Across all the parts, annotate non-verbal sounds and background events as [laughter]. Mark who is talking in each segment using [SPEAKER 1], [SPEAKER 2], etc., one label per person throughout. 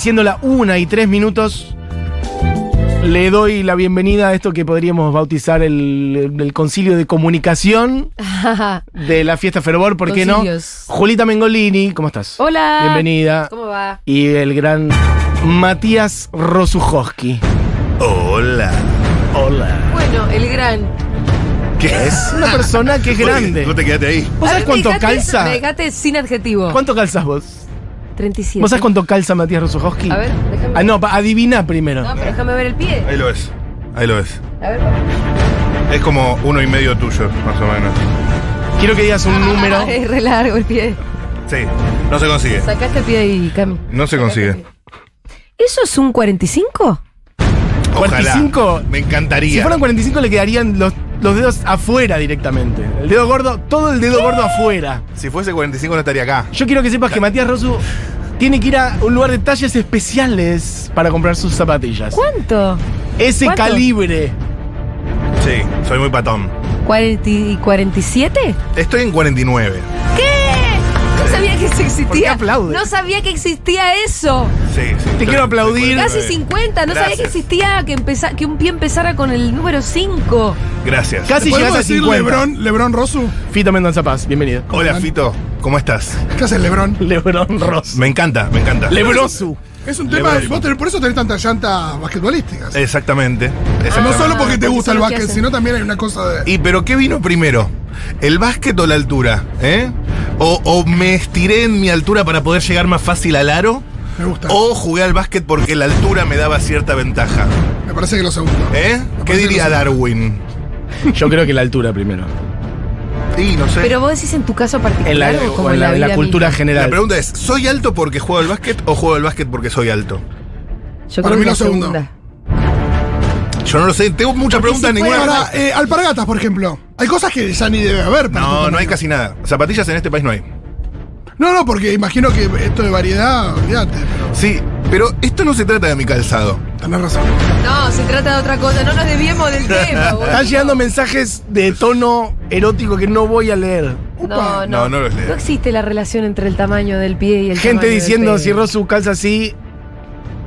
[SPEAKER 1] siéndola una y tres minutos, le doy la bienvenida a esto que podríamos bautizar el, el concilio de comunicación de la fiesta Fervor, ¿por qué
[SPEAKER 2] Concilios.
[SPEAKER 1] no? Julita Mengolini, ¿cómo estás?
[SPEAKER 2] [laughs] Hola.
[SPEAKER 1] Bienvenida.
[SPEAKER 2] ¿Cómo va?
[SPEAKER 1] Y el gran Matías Rosujoski.
[SPEAKER 3] Hola. Hola.
[SPEAKER 2] Bueno, el gran.
[SPEAKER 3] ¿Qué es?
[SPEAKER 1] Es una persona
[SPEAKER 3] [laughs]
[SPEAKER 1] que es
[SPEAKER 3] Vos
[SPEAKER 1] grande.
[SPEAKER 3] te quedaste ahí.
[SPEAKER 1] ¿Vos sabés
[SPEAKER 2] Ah,
[SPEAKER 1] cuánto
[SPEAKER 2] me dejaste-
[SPEAKER 1] calza?
[SPEAKER 2] Me dejaste sin adjetivo.
[SPEAKER 1] ¿Cuánto calzas vos?
[SPEAKER 2] 37.
[SPEAKER 1] ¿Vos sabés cuánto calza Matías Rosujoski?
[SPEAKER 2] A ver, déjame.
[SPEAKER 1] Ah, no, pa- adivina primero.
[SPEAKER 2] No, pero déjame ver el pie.
[SPEAKER 3] Ahí lo ves. Ahí lo ves.
[SPEAKER 2] A ver. pa-
[SPEAKER 3] Es como uno y medio tuyo, más o menos.
[SPEAKER 1] Quiero que digas
[SPEAKER 2] [laughs]
[SPEAKER 1] un número.
[SPEAKER 2] Ah, es re largo el pie.
[SPEAKER 3] Sí. No se consigue.
[SPEAKER 2] Sacaste el pie ahí, Cami.
[SPEAKER 3] No se consigue.
[SPEAKER 2] ¿Eso es un 45?
[SPEAKER 3] Ojalá.
[SPEAKER 1] 45.
[SPEAKER 3] Me
[SPEAKER 1] Si
[SPEAKER 3] encantaría.
[SPEAKER 1] fueran 45 le quedarían los, los dedos afuera directamente. El dedo gordo, todo el dedo gordo afuera.
[SPEAKER 3] Si fuese 45 no estaría acá.
[SPEAKER 1] Yo quiero que sepas que Matías Rosu tiene que ir a un lugar de talles especiales para comprar sus zapatillas.
[SPEAKER 2] ¿Cuánto?
[SPEAKER 1] Ese
[SPEAKER 2] ¿Cuánto?
[SPEAKER 1] calibre.
[SPEAKER 3] Sí, soy muy patón.
[SPEAKER 2] ¿Cuarenta y 47?
[SPEAKER 3] Estoy en 49.
[SPEAKER 2] No sabía que eso
[SPEAKER 1] ¿Por qué
[SPEAKER 2] existía.
[SPEAKER 1] aplaude?
[SPEAKER 2] No sabía que existía eso.
[SPEAKER 3] Sí, sí. estoy-
[SPEAKER 1] quiero
[SPEAKER 3] estoy
[SPEAKER 1] aplaudir.
[SPEAKER 3] 49.
[SPEAKER 2] Casi 50. No sabía que
[SPEAKER 3] Gracias.
[SPEAKER 2] existía que, empeza- que un pie empezara con el número 5.
[SPEAKER 3] Gracias.
[SPEAKER 1] Casi
[SPEAKER 4] ¿Podemos
[SPEAKER 1] llegas a
[SPEAKER 4] decir
[SPEAKER 1] 50.
[SPEAKER 4] Lebrón, Lebrón Rosu?
[SPEAKER 1] Fito Mendonza Paz, bienvenido. [laughs]
[SPEAKER 3] Hola, Fito. ¿Cómo estás?
[SPEAKER 4] ¿Qué haces, Lebrón?
[SPEAKER 1] Lebron Rosu.
[SPEAKER 3] Me encanta, me encanta.
[SPEAKER 1] Lebrosu.
[SPEAKER 4] Es un tema,
[SPEAKER 3] Lebrón.
[SPEAKER 4] vos tenés- por eso tenés tantas llantas basquetbolísticas.
[SPEAKER 3] Eh,
[SPEAKER 1] Ah,
[SPEAKER 3] Exactamente.
[SPEAKER 4] no
[SPEAKER 3] Exactamente.
[SPEAKER 4] solo porque te
[SPEAKER 2] porque
[SPEAKER 4] gusta
[SPEAKER 2] son
[SPEAKER 4] el
[SPEAKER 2] lo que
[SPEAKER 4] básquet,
[SPEAKER 2] hacen.
[SPEAKER 4] sino también hay una cosa de...
[SPEAKER 3] Y pero ¿qué vino primero? ¿El básquet o la altura? ¿Eh? O, o me estiré en mi altura para poder llegar más fácil al aro?
[SPEAKER 4] Me gusta.
[SPEAKER 3] ¿O jugué al básquet porque la altura me daba cierta ventaja?
[SPEAKER 4] Me parece que lo segundo.
[SPEAKER 3] ¿Eh? ¿Qué diría Darwin?
[SPEAKER 1] Yo creo que la altura primero.
[SPEAKER 3] Y no sé.
[SPEAKER 2] Pero vos decís en tu caso particular
[SPEAKER 1] En la,
[SPEAKER 2] o como
[SPEAKER 1] o en la- en la
[SPEAKER 2] vida
[SPEAKER 1] cultura
[SPEAKER 2] misma?
[SPEAKER 3] la
[SPEAKER 1] general.
[SPEAKER 3] pregunta es, ¿soy alto porque juego al básquet o juego al básquet porque soy alto?
[SPEAKER 2] Yo
[SPEAKER 4] Para
[SPEAKER 2] creo que
[SPEAKER 4] mí lo
[SPEAKER 2] la
[SPEAKER 4] segundo.
[SPEAKER 2] segunda.
[SPEAKER 3] Yo no lo sé, tengo muchas
[SPEAKER 2] Porque
[SPEAKER 3] preguntas,
[SPEAKER 2] si
[SPEAKER 3] ninguna...
[SPEAKER 2] fuera-
[SPEAKER 4] Ahora, eh, alpargatas, por ejemplo. Hay cosas que ya ni debe haber. para tu
[SPEAKER 3] No, no hay
[SPEAKER 4] tamaño.
[SPEAKER 3] casi nada. Zapatillas en este país no hay.
[SPEAKER 4] No, no, porque imagino que esto de variedad, olvídate, pero
[SPEAKER 3] Sí, pero esto no se trata de mi calzado.
[SPEAKER 4] tenés razón.
[SPEAKER 2] No, se trata de otra cosa. No nos
[SPEAKER 1] [laughs]
[SPEAKER 2] desviemos del tema. boludo.
[SPEAKER 1] Están llegando mensajes de tono erótico que no voy a leer.
[SPEAKER 2] No, no.
[SPEAKER 3] No, no los leo.
[SPEAKER 2] No existe la relación entre el tamaño del pie y el
[SPEAKER 1] Gente
[SPEAKER 2] tamaño del
[SPEAKER 1] diciendo
[SPEAKER 2] pene.
[SPEAKER 1] si Rosu calza así,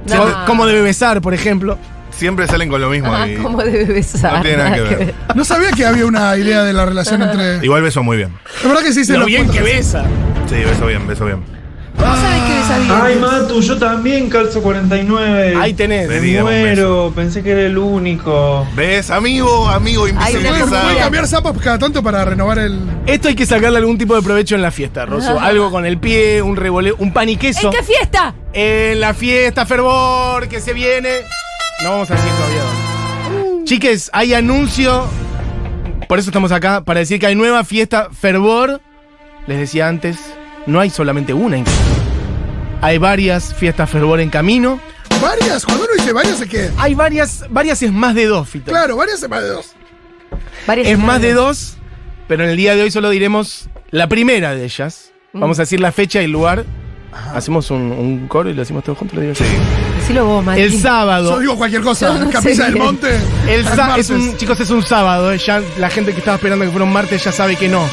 [SPEAKER 2] No.
[SPEAKER 1] co- ¿cómo debe besar, por ejemplo?
[SPEAKER 3] Siempre salen con lo mismo.
[SPEAKER 2] Ah,
[SPEAKER 3] y-
[SPEAKER 2] ¿Cómo debe besar?
[SPEAKER 3] No tiene nada que ver.
[SPEAKER 4] No sabía que había una idea de la
[SPEAKER 2] [laughs]
[SPEAKER 4] relación entre...
[SPEAKER 3] Igual beso muy bien.
[SPEAKER 4] La verdad que sí se
[SPEAKER 1] Lo
[SPEAKER 4] los
[SPEAKER 1] bien que
[SPEAKER 4] cuentos.
[SPEAKER 1] besa.
[SPEAKER 3] Sí, beso bien, beso bien.
[SPEAKER 2] ¿Vos sabés que besas bien?
[SPEAKER 5] Ay, Matu, yo también calzo 49.
[SPEAKER 1] Ahí tenés.
[SPEAKER 3] Vení.
[SPEAKER 5] Me muero, pensé que era el único.
[SPEAKER 3] ¿Ves? Amigo, amigo
[SPEAKER 2] una
[SPEAKER 4] Pueden
[SPEAKER 3] invisibilizado.
[SPEAKER 2] locura.
[SPEAKER 4] cambiar zapas cada tanto para renovar el...
[SPEAKER 1] Esto hay que sacarle algún tipo de provecho en la fiesta, Rosu.
[SPEAKER 2] [laughs]
[SPEAKER 1] Algo con el pie, un revoleo, un pan y queso.
[SPEAKER 2] ¿En qué fiesta?
[SPEAKER 1] En la fiesta, fervor, que se viene. No vamos a decir todavía.
[SPEAKER 2] Uh.
[SPEAKER 1] Chiques, hay anuncio. Por eso estamos acá, para decir que hay nueva fiesta, fervor. Les decía antes, no hay solamente una. en camino. Hay varias fiestas fervor en camino.
[SPEAKER 4] Varias, cuando uno dice varias es que...
[SPEAKER 1] Hay varias, varias es más de dos, Fito.
[SPEAKER 4] Claro, varias es más de dos.
[SPEAKER 2] Varias
[SPEAKER 1] Es más de
[SPEAKER 2] historias.
[SPEAKER 1] dos, pero en el día de hoy solo diremos la primera de ellas. Vamos a decir la fecha y el lugar. Hacemos un, un coro y lo hacemos todos juntos. lo digo yo.
[SPEAKER 2] Decilo vos, Mati.
[SPEAKER 1] El sábado.
[SPEAKER 4] Yo digo cualquier cosa.
[SPEAKER 2] Yo no sé
[SPEAKER 4] Capilla del
[SPEAKER 2] bien.
[SPEAKER 4] Monte.
[SPEAKER 1] El
[SPEAKER 4] las
[SPEAKER 1] sa-
[SPEAKER 4] martes.
[SPEAKER 1] es un, chicos, es un sábado. eh, ya la gente que estaba esperando que fuera un martes ya sabe que no.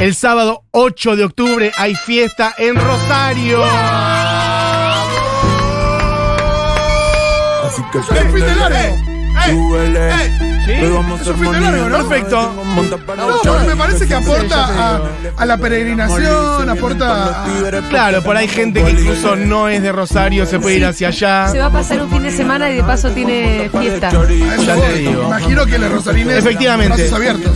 [SPEAKER 1] El sábado 8 de octubre hay fiesta en Rosario.
[SPEAKER 6] Así que
[SPEAKER 4] Es un fin de largo.
[SPEAKER 6] Súbele.
[SPEAKER 1] ¿Sí?
[SPEAKER 6] Hoy vamos a
[SPEAKER 4] Es un fin de largo, ¿no?
[SPEAKER 1] Perfecto.
[SPEAKER 4] No, pero me parece que aporta a, a la peregrinación, aporta a...
[SPEAKER 1] Claro, por ahí gente que incluso no es de Rosario, se puede ir hacia
[SPEAKER 2] Se
[SPEAKER 1] allá.
[SPEAKER 2] va a pasar un fin de semana y de paso tiene fiesta.
[SPEAKER 4] a eso
[SPEAKER 1] Ya te
[SPEAKER 4] voy.
[SPEAKER 1] digo.
[SPEAKER 4] Imagino que los rosarines...
[SPEAKER 1] Efectivamente.
[SPEAKER 4] Brazos abiertos.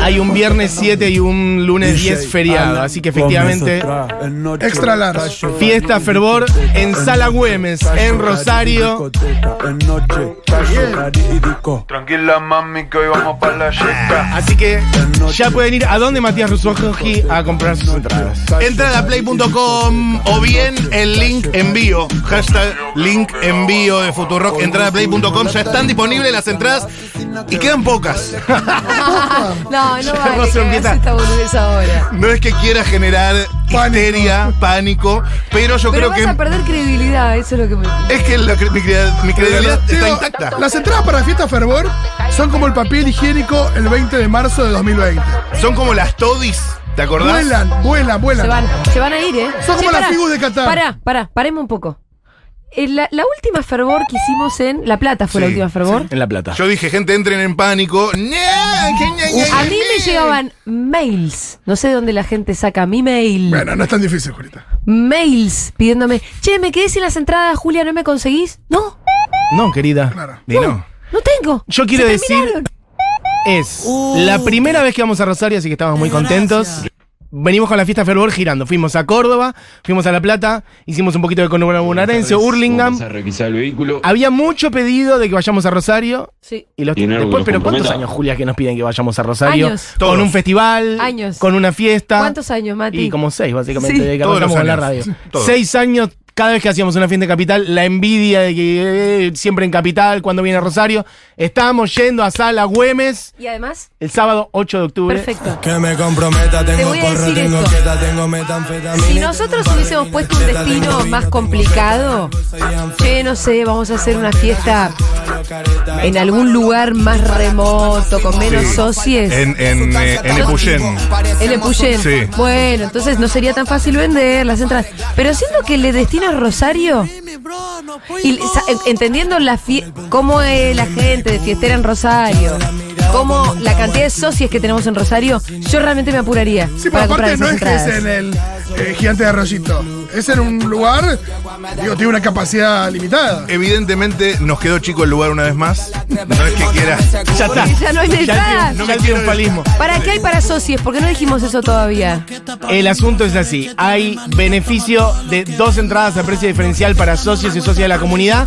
[SPEAKER 1] Hay un viernes 7 y un lunes 10 feriado, así que efectivamente...
[SPEAKER 4] Extra largo.
[SPEAKER 1] Fiesta Fervor en Sala Güemes, en Rosario.
[SPEAKER 7] Tranquila mami que hoy vamos para la yeta.
[SPEAKER 1] Así que ya pueden ir a donde Matías Rusojoji a comprar sus entradas.
[SPEAKER 3] Entra a play.com o bien el link envío. Hashtag link envío de Futurock. Entra a play.com. Ya están disponibles las entradas y quedan pocas.
[SPEAKER 2] [laughs]
[SPEAKER 1] [laughs]
[SPEAKER 2] No, no vale.
[SPEAKER 1] Rosa
[SPEAKER 2] que hagas
[SPEAKER 1] empieza-
[SPEAKER 2] esta boludez ahora.
[SPEAKER 3] No es que quiera generar histeria, pánico, pero yo
[SPEAKER 2] Pero
[SPEAKER 3] creo
[SPEAKER 2] vas
[SPEAKER 1] em-
[SPEAKER 3] que.
[SPEAKER 2] a perder credibilidad, eso es lo que me.
[SPEAKER 3] Es que la cre- mi, cre- mi credibilidad está
[SPEAKER 4] Digo,
[SPEAKER 3] intacta.
[SPEAKER 4] Las entradas para Fiesta Fervor son como el papel higiénico el 20 de marzo de 2020.
[SPEAKER 3] Son como las todis, ¿te acordás?
[SPEAKER 2] Se
[SPEAKER 4] Vuelan, vuelan, vuelan.
[SPEAKER 2] van, se van a ir, ¿eh?
[SPEAKER 4] Son como las
[SPEAKER 2] pará,
[SPEAKER 4] figus de Qatar.
[SPEAKER 2] Pará, pará, paremos un poco. eh, la, la última fervor que hicimos en La Plata fue la
[SPEAKER 3] Sí,
[SPEAKER 2] última fervor.
[SPEAKER 1] En La Plata.
[SPEAKER 3] Yo dije, gente, entren en pánico.
[SPEAKER 2] A
[SPEAKER 3] A
[SPEAKER 2] mí me llegaban mails. No sé de dónde la gente saca mi mail.
[SPEAKER 4] Bueno, no es tan difícil, Julita.
[SPEAKER 2] Mails pidiéndome, che, me quedé sin las entradas, Julia, ¿no me conseguís? No,
[SPEAKER 1] No, querida.
[SPEAKER 4] Claro.
[SPEAKER 1] Y no.
[SPEAKER 6] Uh.
[SPEAKER 2] no tengo.
[SPEAKER 1] Yo quiero
[SPEAKER 2] Se
[SPEAKER 1] decir-
[SPEAKER 2] terminaron.
[SPEAKER 1] Es la primera vez que vamos a Rosario, así que estamos muy contentos. Venimos con la fiesta Fervor girando. Fuimos a Córdoba, fuimos a La Plata, hicimos un poquito de conurbano bonaerense, Hurlingham.
[SPEAKER 6] Vamos a requisar el vehículo.
[SPEAKER 1] Había mucho pedido de que vayamos a Rosario.
[SPEAKER 2] Sí.
[SPEAKER 1] Y los,
[SPEAKER 6] Y en algo
[SPEAKER 1] después,
[SPEAKER 6] nos
[SPEAKER 1] pero ¿cuántos
[SPEAKER 6] comprometa.
[SPEAKER 1] años, Julia, que nos piden que vayamos a Rosario?
[SPEAKER 2] Años.
[SPEAKER 1] Con un festival,
[SPEAKER 2] Años.
[SPEAKER 1] con una fiesta.
[SPEAKER 2] ¿Cuántos años, Mati?
[SPEAKER 1] Y como seis, básicamente,
[SPEAKER 2] Sí.
[SPEAKER 1] de que
[SPEAKER 3] Todos los
[SPEAKER 1] arrancamos con la radio.
[SPEAKER 3] años. Todos.
[SPEAKER 1] Seis años, cada vez que hacíamos una fiesta en Capital, la envidia de que eh, siempre en Capital, cuando viene Rosario. Estábamos yendo a Sala Güemes
[SPEAKER 2] Y además,
[SPEAKER 1] el sábado 8 de octubre.
[SPEAKER 2] perfecto.
[SPEAKER 8] Que me comprometa,
[SPEAKER 2] Te
[SPEAKER 8] tengo
[SPEAKER 2] voy a
[SPEAKER 8] porro,
[SPEAKER 2] decir
[SPEAKER 8] tengo
[SPEAKER 2] esto.
[SPEAKER 8] quieta, tengo metanfetamina.
[SPEAKER 2] Si nosotros hubiésemos puesto un destino más complicado, che, no sé, vamos a hacer una fiesta en algún lugar más remoto, con menos
[SPEAKER 3] Sí.
[SPEAKER 2] socies.
[SPEAKER 3] En, en, eh, en Epuyén.
[SPEAKER 2] El Epuyén.
[SPEAKER 3] Sí.
[SPEAKER 2] Bueno, entonces no sería tan fácil vender las entradas. Pero siendo que le destinas Rosario, y sa- en- entendiendo la fie- cómo es la gente de fiestera en Rosario, cómo la cantidad de socios que tenemos en Rosario, yo realmente me apuraría
[SPEAKER 4] Sí, pero
[SPEAKER 2] para comprar
[SPEAKER 4] aparte no
[SPEAKER 2] esas
[SPEAKER 4] es que
[SPEAKER 2] entradas.
[SPEAKER 4] es en el eh, gigante de arroyito. Es en un lugar, digo, tiene una capacidad limitada.
[SPEAKER 3] Evidentemente nos quedó chico el lugar una vez más. No es que quiera.
[SPEAKER 1] Ya está.
[SPEAKER 2] Ya no hay entradas.
[SPEAKER 1] Ya el triunfalismo.
[SPEAKER 2] ¿Para qué hay para socios? Porque no dijimos eso todavía.
[SPEAKER 1] El asunto es así. Hay beneficio de dos entradas a precio diferencial para socios y socias de la comunidad.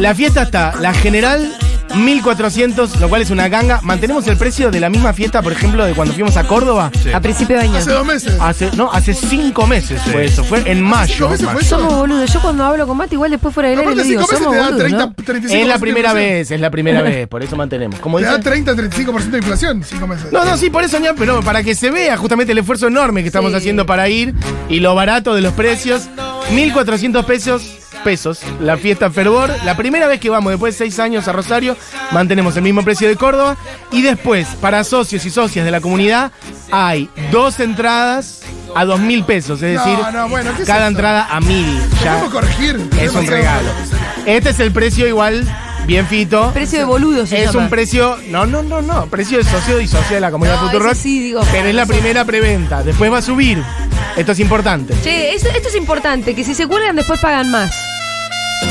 [SPEAKER 1] La fiesta está, la general, 1400, lo cual es una ganga. Mantenemos el precio de la misma fiesta, por ejemplo, de cuando fuimos a Córdoba.
[SPEAKER 2] A principio de año.
[SPEAKER 4] Hace dos meses.
[SPEAKER 1] Hace, no, hace cinco meses fue eso. Fue en mayo.
[SPEAKER 4] ¿Cinco meses fue
[SPEAKER 2] Somos
[SPEAKER 4] eso?
[SPEAKER 2] boludos. Yo cuando hablo con Mati, igual después fuera del aire
[SPEAKER 4] Aparte,
[SPEAKER 2] le digo,
[SPEAKER 4] cinco meses
[SPEAKER 2] somos
[SPEAKER 4] te da
[SPEAKER 2] boludos,
[SPEAKER 4] 30,
[SPEAKER 2] ¿no?
[SPEAKER 4] 35
[SPEAKER 1] Es la primera vez, es la primera vez, por eso mantenemos. Como
[SPEAKER 4] Te da
[SPEAKER 1] dice,
[SPEAKER 4] 30, 35% de inflación, cinco meses.
[SPEAKER 1] No, no, sí, por eso, ña, pero para que se vea justamente el esfuerzo enorme que estamos
[SPEAKER 2] Sí.
[SPEAKER 1] haciendo para ir y lo barato de los precios. 1.400 pesos, pesos, la fiesta Fervor. La primera vez que vamos, después de seis años a Rosario, mantenemos el mismo precio de Córdoba. Y después, para socios y socias de la comunidad, hay dos entradas a 2.000 pesos, es
[SPEAKER 4] No,
[SPEAKER 1] decir,
[SPEAKER 4] no, bueno, ¿qué es
[SPEAKER 1] cada
[SPEAKER 4] eso?
[SPEAKER 1] entrada a 1.000. ya
[SPEAKER 4] Podemos
[SPEAKER 1] es
[SPEAKER 4] corregir.
[SPEAKER 1] un
[SPEAKER 4] Demasiado.
[SPEAKER 1] regalo. Este es el precio igual, bien fito.
[SPEAKER 2] Precio de boludos. se
[SPEAKER 1] Es
[SPEAKER 2] llama.
[SPEAKER 1] un precio, no, no, no, no, precio de socio y socio de la comunidad
[SPEAKER 2] No,
[SPEAKER 1] Futurock.
[SPEAKER 2] eso sí, digo,
[SPEAKER 1] pero es la primera preventa, después va a subir. Esto es importante.
[SPEAKER 2] Che, esto, esto es importante, que si se cuelgan después pagan más.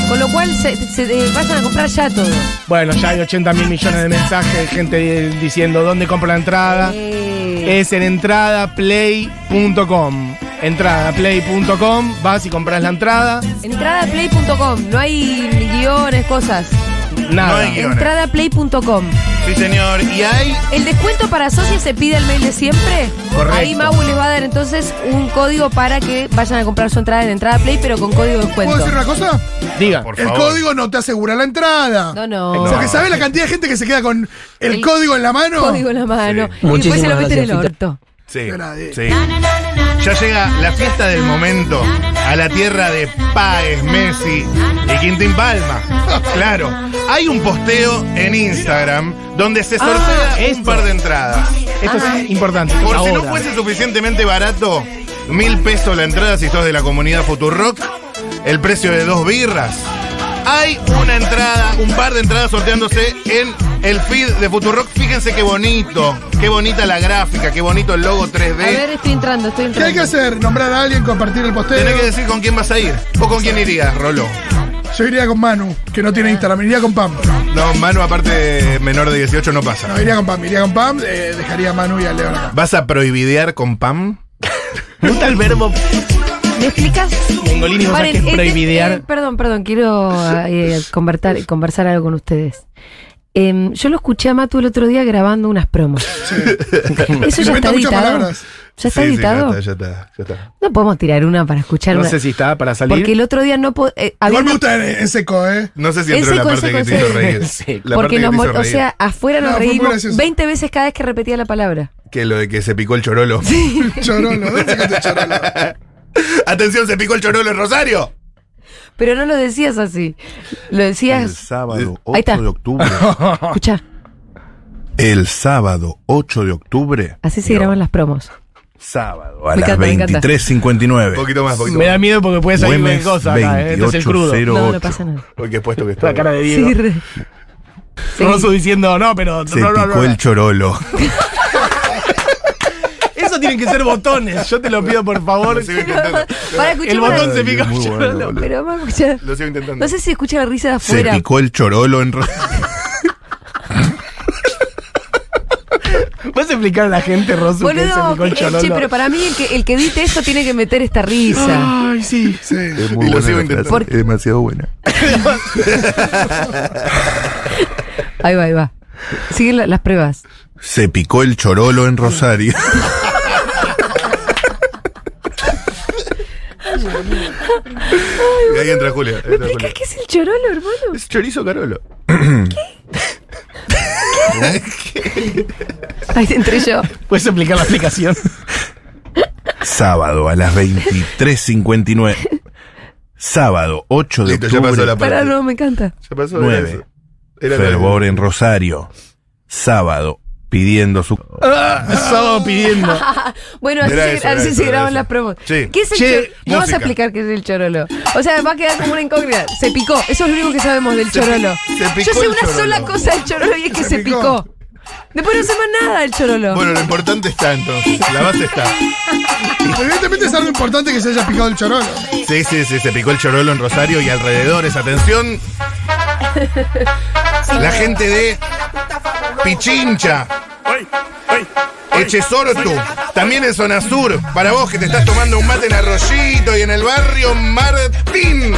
[SPEAKER 2] Con lo cual se, se- eh, vayan a comprar ya todo.
[SPEAKER 1] Bueno, ya hay 80 mil millones de mensajes, gente eh, diciendo dónde compro la entrada.
[SPEAKER 2] Eh,
[SPEAKER 1] Es en entradaplay.com. Entradaplay.com, vas y compras la entrada.
[SPEAKER 2] Entradaplay.com, no hay ni guiones, cosas.
[SPEAKER 3] No
[SPEAKER 1] Nada.
[SPEAKER 3] hay guiones.
[SPEAKER 2] Entradaplay.com.
[SPEAKER 3] Sí, señor. Y hay.
[SPEAKER 2] El descuento para socios se pide al mail de siempre.
[SPEAKER 3] Correcto.
[SPEAKER 2] Ahí Mau les va a dar entonces un código para que vayan a comprar su entrada en Entrada Play, pero con código de
[SPEAKER 4] ¿Puedo
[SPEAKER 2] descuento.
[SPEAKER 4] decir una cosa?
[SPEAKER 1] Diga.
[SPEAKER 3] Por
[SPEAKER 4] El
[SPEAKER 3] favor.
[SPEAKER 4] código no te asegura la entrada.
[SPEAKER 2] No, no.
[SPEAKER 4] Porque sabes la cantidad de gente que se queda con el,
[SPEAKER 2] El
[SPEAKER 4] código en la mano.
[SPEAKER 2] Código en la mano.
[SPEAKER 3] Sí.
[SPEAKER 2] Y después se lo meten en el orto.
[SPEAKER 3] Sí,
[SPEAKER 4] Nadie.
[SPEAKER 3] sí. Ya llega la fiesta del momento a la tierra de Páez, Messi y Quintín Palma. [laughs] Claro, hay un posteo en Instagram donde se sortea
[SPEAKER 1] Ah,
[SPEAKER 3] un
[SPEAKER 1] esto.
[SPEAKER 3] par de entradas.
[SPEAKER 1] Esto
[SPEAKER 2] Ah.
[SPEAKER 1] es importante.
[SPEAKER 3] Por si no
[SPEAKER 1] Ahora.
[SPEAKER 3] fuese suficientemente barato, mil pesos la entrada si sos de la comunidad Futurock, el precio de dos birras. Hay una entrada, un par de entradas sorteándose en el feed de Futurock. Fíjense qué bonito, qué bonita la gráfica, qué bonito el logo
[SPEAKER 2] A ver,
[SPEAKER 3] 3D.
[SPEAKER 2] estoy entrando, estoy
[SPEAKER 4] ¿Qué
[SPEAKER 2] entrando.
[SPEAKER 4] hay que hacer? ¿Nombrar a alguien, compartir el posteo?
[SPEAKER 3] Tenés que decir con quién vas a ir. ¿Vos con quién irías, Rolo?
[SPEAKER 4] Yo iría con Manu, que no
[SPEAKER 2] Ah.
[SPEAKER 4] tiene Instagram. Iría con Pam.
[SPEAKER 3] No, Manu, aparte menor de 18 no pasa.
[SPEAKER 4] No, iría con Pam. Iría con Pam. eh, dejaría a Manu y a León acá.
[SPEAKER 3] ¿Vas a prohibidear con Pam?
[SPEAKER 1] Me gusta el verbo
[SPEAKER 2] ¿Me explicas?
[SPEAKER 1] Mengolini, vos sabés que es
[SPEAKER 2] eh, eh,
[SPEAKER 1] prohibidear.
[SPEAKER 2] eh, perdón, perdón, quiero
[SPEAKER 1] [laughs]
[SPEAKER 2] eh, conversar, conversar algo con ustedes. Em, yo lo escuché a Matu el otro día grabando unas promos. [laughs] Eso ya está
[SPEAKER 4] Inventa muchas
[SPEAKER 2] editado.
[SPEAKER 4] palabras.
[SPEAKER 2] ¿Ya está
[SPEAKER 3] Sí, sí,
[SPEAKER 2] editado?
[SPEAKER 3] ya está, ya está, ya está.
[SPEAKER 2] No podemos tirar una para escuchar
[SPEAKER 1] No
[SPEAKER 2] una.
[SPEAKER 1] sé si está para salir.
[SPEAKER 2] porque el otro día no po- eh, había-
[SPEAKER 4] Igual me gusta en, en seco, ¿eh?
[SPEAKER 3] No sé si
[SPEAKER 2] Ese
[SPEAKER 3] entró la
[SPEAKER 2] con-
[SPEAKER 3] parte
[SPEAKER 2] ese
[SPEAKER 3] que
[SPEAKER 2] con-
[SPEAKER 3] te
[SPEAKER 2] [laughs]
[SPEAKER 3] hizo reír.
[SPEAKER 1] Sí.
[SPEAKER 3] La parte
[SPEAKER 2] porque
[SPEAKER 3] que
[SPEAKER 2] nos
[SPEAKER 3] te hizo
[SPEAKER 2] mol- o
[SPEAKER 3] reír.
[SPEAKER 2] sea, afuera nos
[SPEAKER 4] No, fue muy
[SPEAKER 2] reímos
[SPEAKER 4] gracioso.
[SPEAKER 2] 20 veces cada vez que repetía la palabra. [laughs]
[SPEAKER 3] Que lo de que se picó el chorolo.
[SPEAKER 4] Chorolo. ¿Dónde sacaste chorolo?
[SPEAKER 3] [laughs] Atención, se picó el chorolo en Rosario.
[SPEAKER 2] Pero no lo decías así. Lo
[SPEAKER 9] El
[SPEAKER 2] decías.
[SPEAKER 9] sábado
[SPEAKER 2] Ahí está.
[SPEAKER 9] 8
[SPEAKER 3] [laughs]
[SPEAKER 9] de octubre.
[SPEAKER 2] Escucha,
[SPEAKER 9] El sábado 8 de octubre
[SPEAKER 2] así se graban las promos.
[SPEAKER 6] sábado a
[SPEAKER 2] Me
[SPEAKER 6] las
[SPEAKER 2] encanta, me encanta.
[SPEAKER 6] 23.59.
[SPEAKER 3] Un poquito más, poquito
[SPEAKER 1] Me da miedo porque puede salir cualquier
[SPEAKER 6] Güemes
[SPEAKER 1] cosa acá, ¿eh? Este es el crudo.
[SPEAKER 6] 2808.
[SPEAKER 2] No, no pasa nada.
[SPEAKER 3] más. Uy, qué puesto que está.
[SPEAKER 1] La cara de Diego.
[SPEAKER 2] Sí, re. Sí.
[SPEAKER 1] Rosso diciendo, no, pero.
[SPEAKER 6] Se
[SPEAKER 1] bla, bla, bla,
[SPEAKER 6] picó
[SPEAKER 1] bla".
[SPEAKER 6] el chorolo.
[SPEAKER 1] Eso tienen que ser botones. Yo te lo pido, por favor.
[SPEAKER 3] Lo sigo intentando.
[SPEAKER 2] Para escuchar
[SPEAKER 1] El botón
[SPEAKER 2] una-
[SPEAKER 1] se pica.
[SPEAKER 6] Muy bueno,
[SPEAKER 1] Yo no-
[SPEAKER 6] boludo.
[SPEAKER 2] Pero vamos a escuchar.
[SPEAKER 3] [laughs] Lo sigo intentando.
[SPEAKER 2] No sé si escucha la risa de
[SPEAKER 6] Se
[SPEAKER 2] afuera.
[SPEAKER 6] picó el chorolo en ro-
[SPEAKER 1] ¿Puedes explicar a la gente, Rosso, que se
[SPEAKER 2] Boludo,
[SPEAKER 1] picó el
[SPEAKER 2] eh, che,
[SPEAKER 1] chololo?
[SPEAKER 2] pero para mí el que, el que edite esto tiene que meter esta risa.
[SPEAKER 1] Ay, sí.
[SPEAKER 4] Sí.
[SPEAKER 6] Es
[SPEAKER 3] [laughs] Y
[SPEAKER 6] muy
[SPEAKER 3] lo
[SPEAKER 6] buena
[SPEAKER 3] sigo
[SPEAKER 6] la frase,
[SPEAKER 3] intentando.
[SPEAKER 2] Por-
[SPEAKER 6] Es demasiado buena.
[SPEAKER 2] [laughs] Ahí va, ahí va. Siguen la- las pruebas.
[SPEAKER 6] Se picó el chorolo en Rosario.
[SPEAKER 3] Y ahí entra Julia. ahí entra Julia.
[SPEAKER 2] ¿Qué es el chorolo, hermano?
[SPEAKER 3] Es chorizo carolo.
[SPEAKER 2] Ahí entré yo.
[SPEAKER 1] ¿Puedes explicar la aplicación?
[SPEAKER 6] Sábado a las 23.59. Sábado 8 de
[SPEAKER 3] Listo, ya pasó
[SPEAKER 6] octubre.
[SPEAKER 3] la
[SPEAKER 2] Pará,
[SPEAKER 3] parte.
[SPEAKER 2] no, me encanta.
[SPEAKER 3] Ya pasó era
[SPEAKER 6] Nueve.
[SPEAKER 3] eso. Era la-
[SPEAKER 6] Fervor en Rosario. Sábado pidiendo su.
[SPEAKER 1] Sábado pidiendo.
[SPEAKER 2] Bueno, así,
[SPEAKER 3] Era
[SPEAKER 2] se-
[SPEAKER 3] eso,
[SPEAKER 2] así
[SPEAKER 3] era
[SPEAKER 2] se
[SPEAKER 3] eso,
[SPEAKER 2] graban
[SPEAKER 3] era
[SPEAKER 2] las
[SPEAKER 3] eso.
[SPEAKER 2] promos.
[SPEAKER 3] Sí.
[SPEAKER 2] ¿Qué es el
[SPEAKER 1] Che,
[SPEAKER 2] chorolo? No vas a
[SPEAKER 3] música.
[SPEAKER 2] explicar qué es el chorolo. O sea, va a quedar como una incógnita. Se picó. Eso es lo único que sabemos del chorolo.
[SPEAKER 3] se picó
[SPEAKER 2] Yo sé
[SPEAKER 3] el
[SPEAKER 2] una
[SPEAKER 3] chorolo.
[SPEAKER 2] sola cosa del chorolo y es que se,
[SPEAKER 4] Se
[SPEAKER 2] picó.
[SPEAKER 4] picó.
[SPEAKER 2] Después no sé más nada del chorolo.
[SPEAKER 3] Bueno, lo importante está entonces. La base está.
[SPEAKER 4] Evidentemente es algo importante que se haya picado el chorolo.
[SPEAKER 3] Sí, sí, sí, se picó el chorolo en Rosario y alrededores. Atención. La gente de Pichincha. Echesortu, también en Zona Sur, para vos que te estás tomando un mate en Arroyito y en el barrio Martín.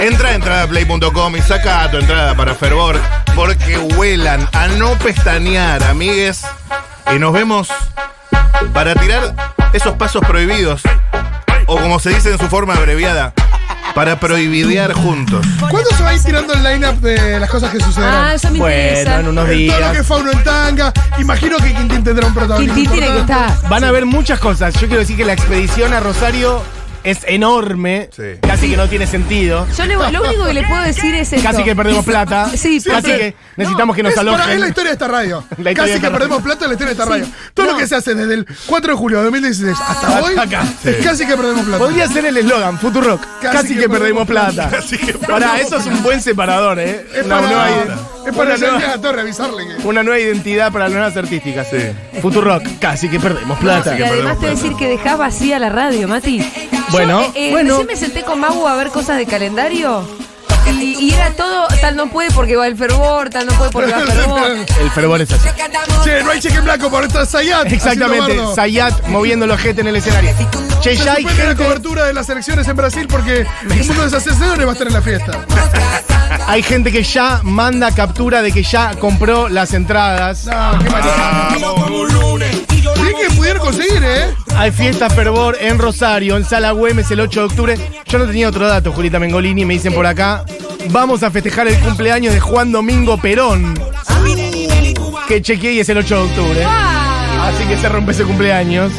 [SPEAKER 3] Entra a entradaplay.com y saca tu entrada para Fervor, porque huelan a no pestañear, amigues. Y nos vemos para tirar esos pasos prohibidos, o como se dice en su forma abreviada, para prohibidear juntos.
[SPEAKER 4] ¿Cuándo se va a ir tirando el line-up de las cosas que
[SPEAKER 2] ah,
[SPEAKER 4] sucederán?
[SPEAKER 2] eso [laughs] me
[SPEAKER 1] Bueno,
[SPEAKER 2] interesa.
[SPEAKER 1] en unos
[SPEAKER 4] Todo lo que
[SPEAKER 1] días.
[SPEAKER 4] es Fauno en tanga. Imagino que Quintín tendrá un protagonista.
[SPEAKER 2] Quintín tiene que
[SPEAKER 4] importante.
[SPEAKER 2] estar.
[SPEAKER 1] Van a haber muchas cosas. Yo quiero decir que la expedición a Rosario es enorme.
[SPEAKER 3] Sí.
[SPEAKER 1] Casi que no tiene sentido.
[SPEAKER 2] Yo le- lo único que le puedo decir es esto.
[SPEAKER 1] Casi que perdemos plata.
[SPEAKER 2] Sí,
[SPEAKER 1] Casi
[SPEAKER 2] porque-
[SPEAKER 1] que necesitamos que nos
[SPEAKER 4] Es, para, es la
[SPEAKER 1] alojen.
[SPEAKER 4] historia de esta
[SPEAKER 1] [laughs]
[SPEAKER 4] radio.
[SPEAKER 1] historia de
[SPEAKER 4] Casi
[SPEAKER 1] esta
[SPEAKER 4] que
[SPEAKER 1] radio.
[SPEAKER 4] perdemos plata en la historia de esta radio. Todo
[SPEAKER 2] no.
[SPEAKER 4] lo que se hace desde el 4 de julio de 2016 hasta
[SPEAKER 1] Hasta
[SPEAKER 4] hoy
[SPEAKER 1] acá.
[SPEAKER 4] es casi que perdemos plata.
[SPEAKER 1] Podría ser el eslogan, Futurock. Casi,
[SPEAKER 4] Casi
[SPEAKER 1] que,
[SPEAKER 4] que
[SPEAKER 1] perdemos
[SPEAKER 4] perdemos
[SPEAKER 1] plata.
[SPEAKER 3] Así que
[SPEAKER 1] Pará, eso es un buen separador, ¿eh?
[SPEAKER 4] Es
[SPEAKER 1] Una
[SPEAKER 4] para,
[SPEAKER 1] nueva
[SPEAKER 4] no,
[SPEAKER 1] idea.
[SPEAKER 4] es para
[SPEAKER 1] Una
[SPEAKER 4] Jean
[SPEAKER 1] nueva-
[SPEAKER 4] Díaz Torres avisarle que.
[SPEAKER 1] Una nueva identidad para las nuevas artísticas. Sí. Futurock, casi que perdemos plata.
[SPEAKER 2] Y además te voy a decir que dejás vacía la radio, Mati.
[SPEAKER 1] Bueno,
[SPEAKER 2] Yo, eh, eh,
[SPEAKER 1] bueno.
[SPEAKER 2] recién me senté con Magu a ver cosas de calendario. Y, y era todo, tal no puede porque va el fervor, tal no puede porque
[SPEAKER 4] [laughs]
[SPEAKER 2] va el
[SPEAKER 1] [laughs]
[SPEAKER 2] fervor.
[SPEAKER 1] El fervor es así.
[SPEAKER 4] Che, no hay cheque en blanco por estar Zayat.
[SPEAKER 1] Exactamente,
[SPEAKER 4] haciendo bardo.
[SPEAKER 1] Zayat moviendo los jetes en el escenario. Che,
[SPEAKER 4] Se
[SPEAKER 1] ya hay
[SPEAKER 4] suspende la
[SPEAKER 1] gente,
[SPEAKER 4] cobertura de las elecciones en Brasil porque ninguno de esos asesores va a estar en la fiesta.
[SPEAKER 1] hay gente que ya manda captura de que ya compró las entradas.
[SPEAKER 4] No, qué maldita. Bien que pudieron conseguir, ¿eh?
[SPEAKER 1] Hay fiesta fervor en Rosario, en Sala Güemes el 8 de octubre. Yo no tenía otro dato, Julita Mengolini, me dicen por acá. Vamos a festejar el cumpleaños de Juan Domingo Perón. Que chequeé y es el 8 de octubre. Así que se rompe ese cumpleaños.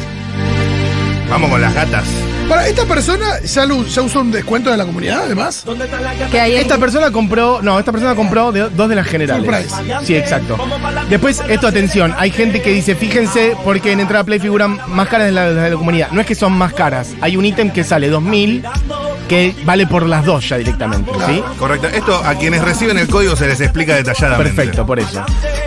[SPEAKER 3] Vamos con las gatas.
[SPEAKER 4] Para esta persona ya, lo- ya usó un descuento de la comunidad, además.
[SPEAKER 2] Que hay
[SPEAKER 1] Esta persona compró, no, esta persona compró de- dos de las generales.
[SPEAKER 4] Surprise.
[SPEAKER 1] Sí, exacto. Después, esto, atención, hay gente que dice, fíjense, porque en entrada Play figuran más caras de la, de la comunidad. No es que son más caras, hay un ítem que sale 2000 que vale por las dos ya directamente, ¿sí?
[SPEAKER 3] Correcto. Esto a quienes reciben el código se les explica detalladamente.
[SPEAKER 1] Perfecto, por eso.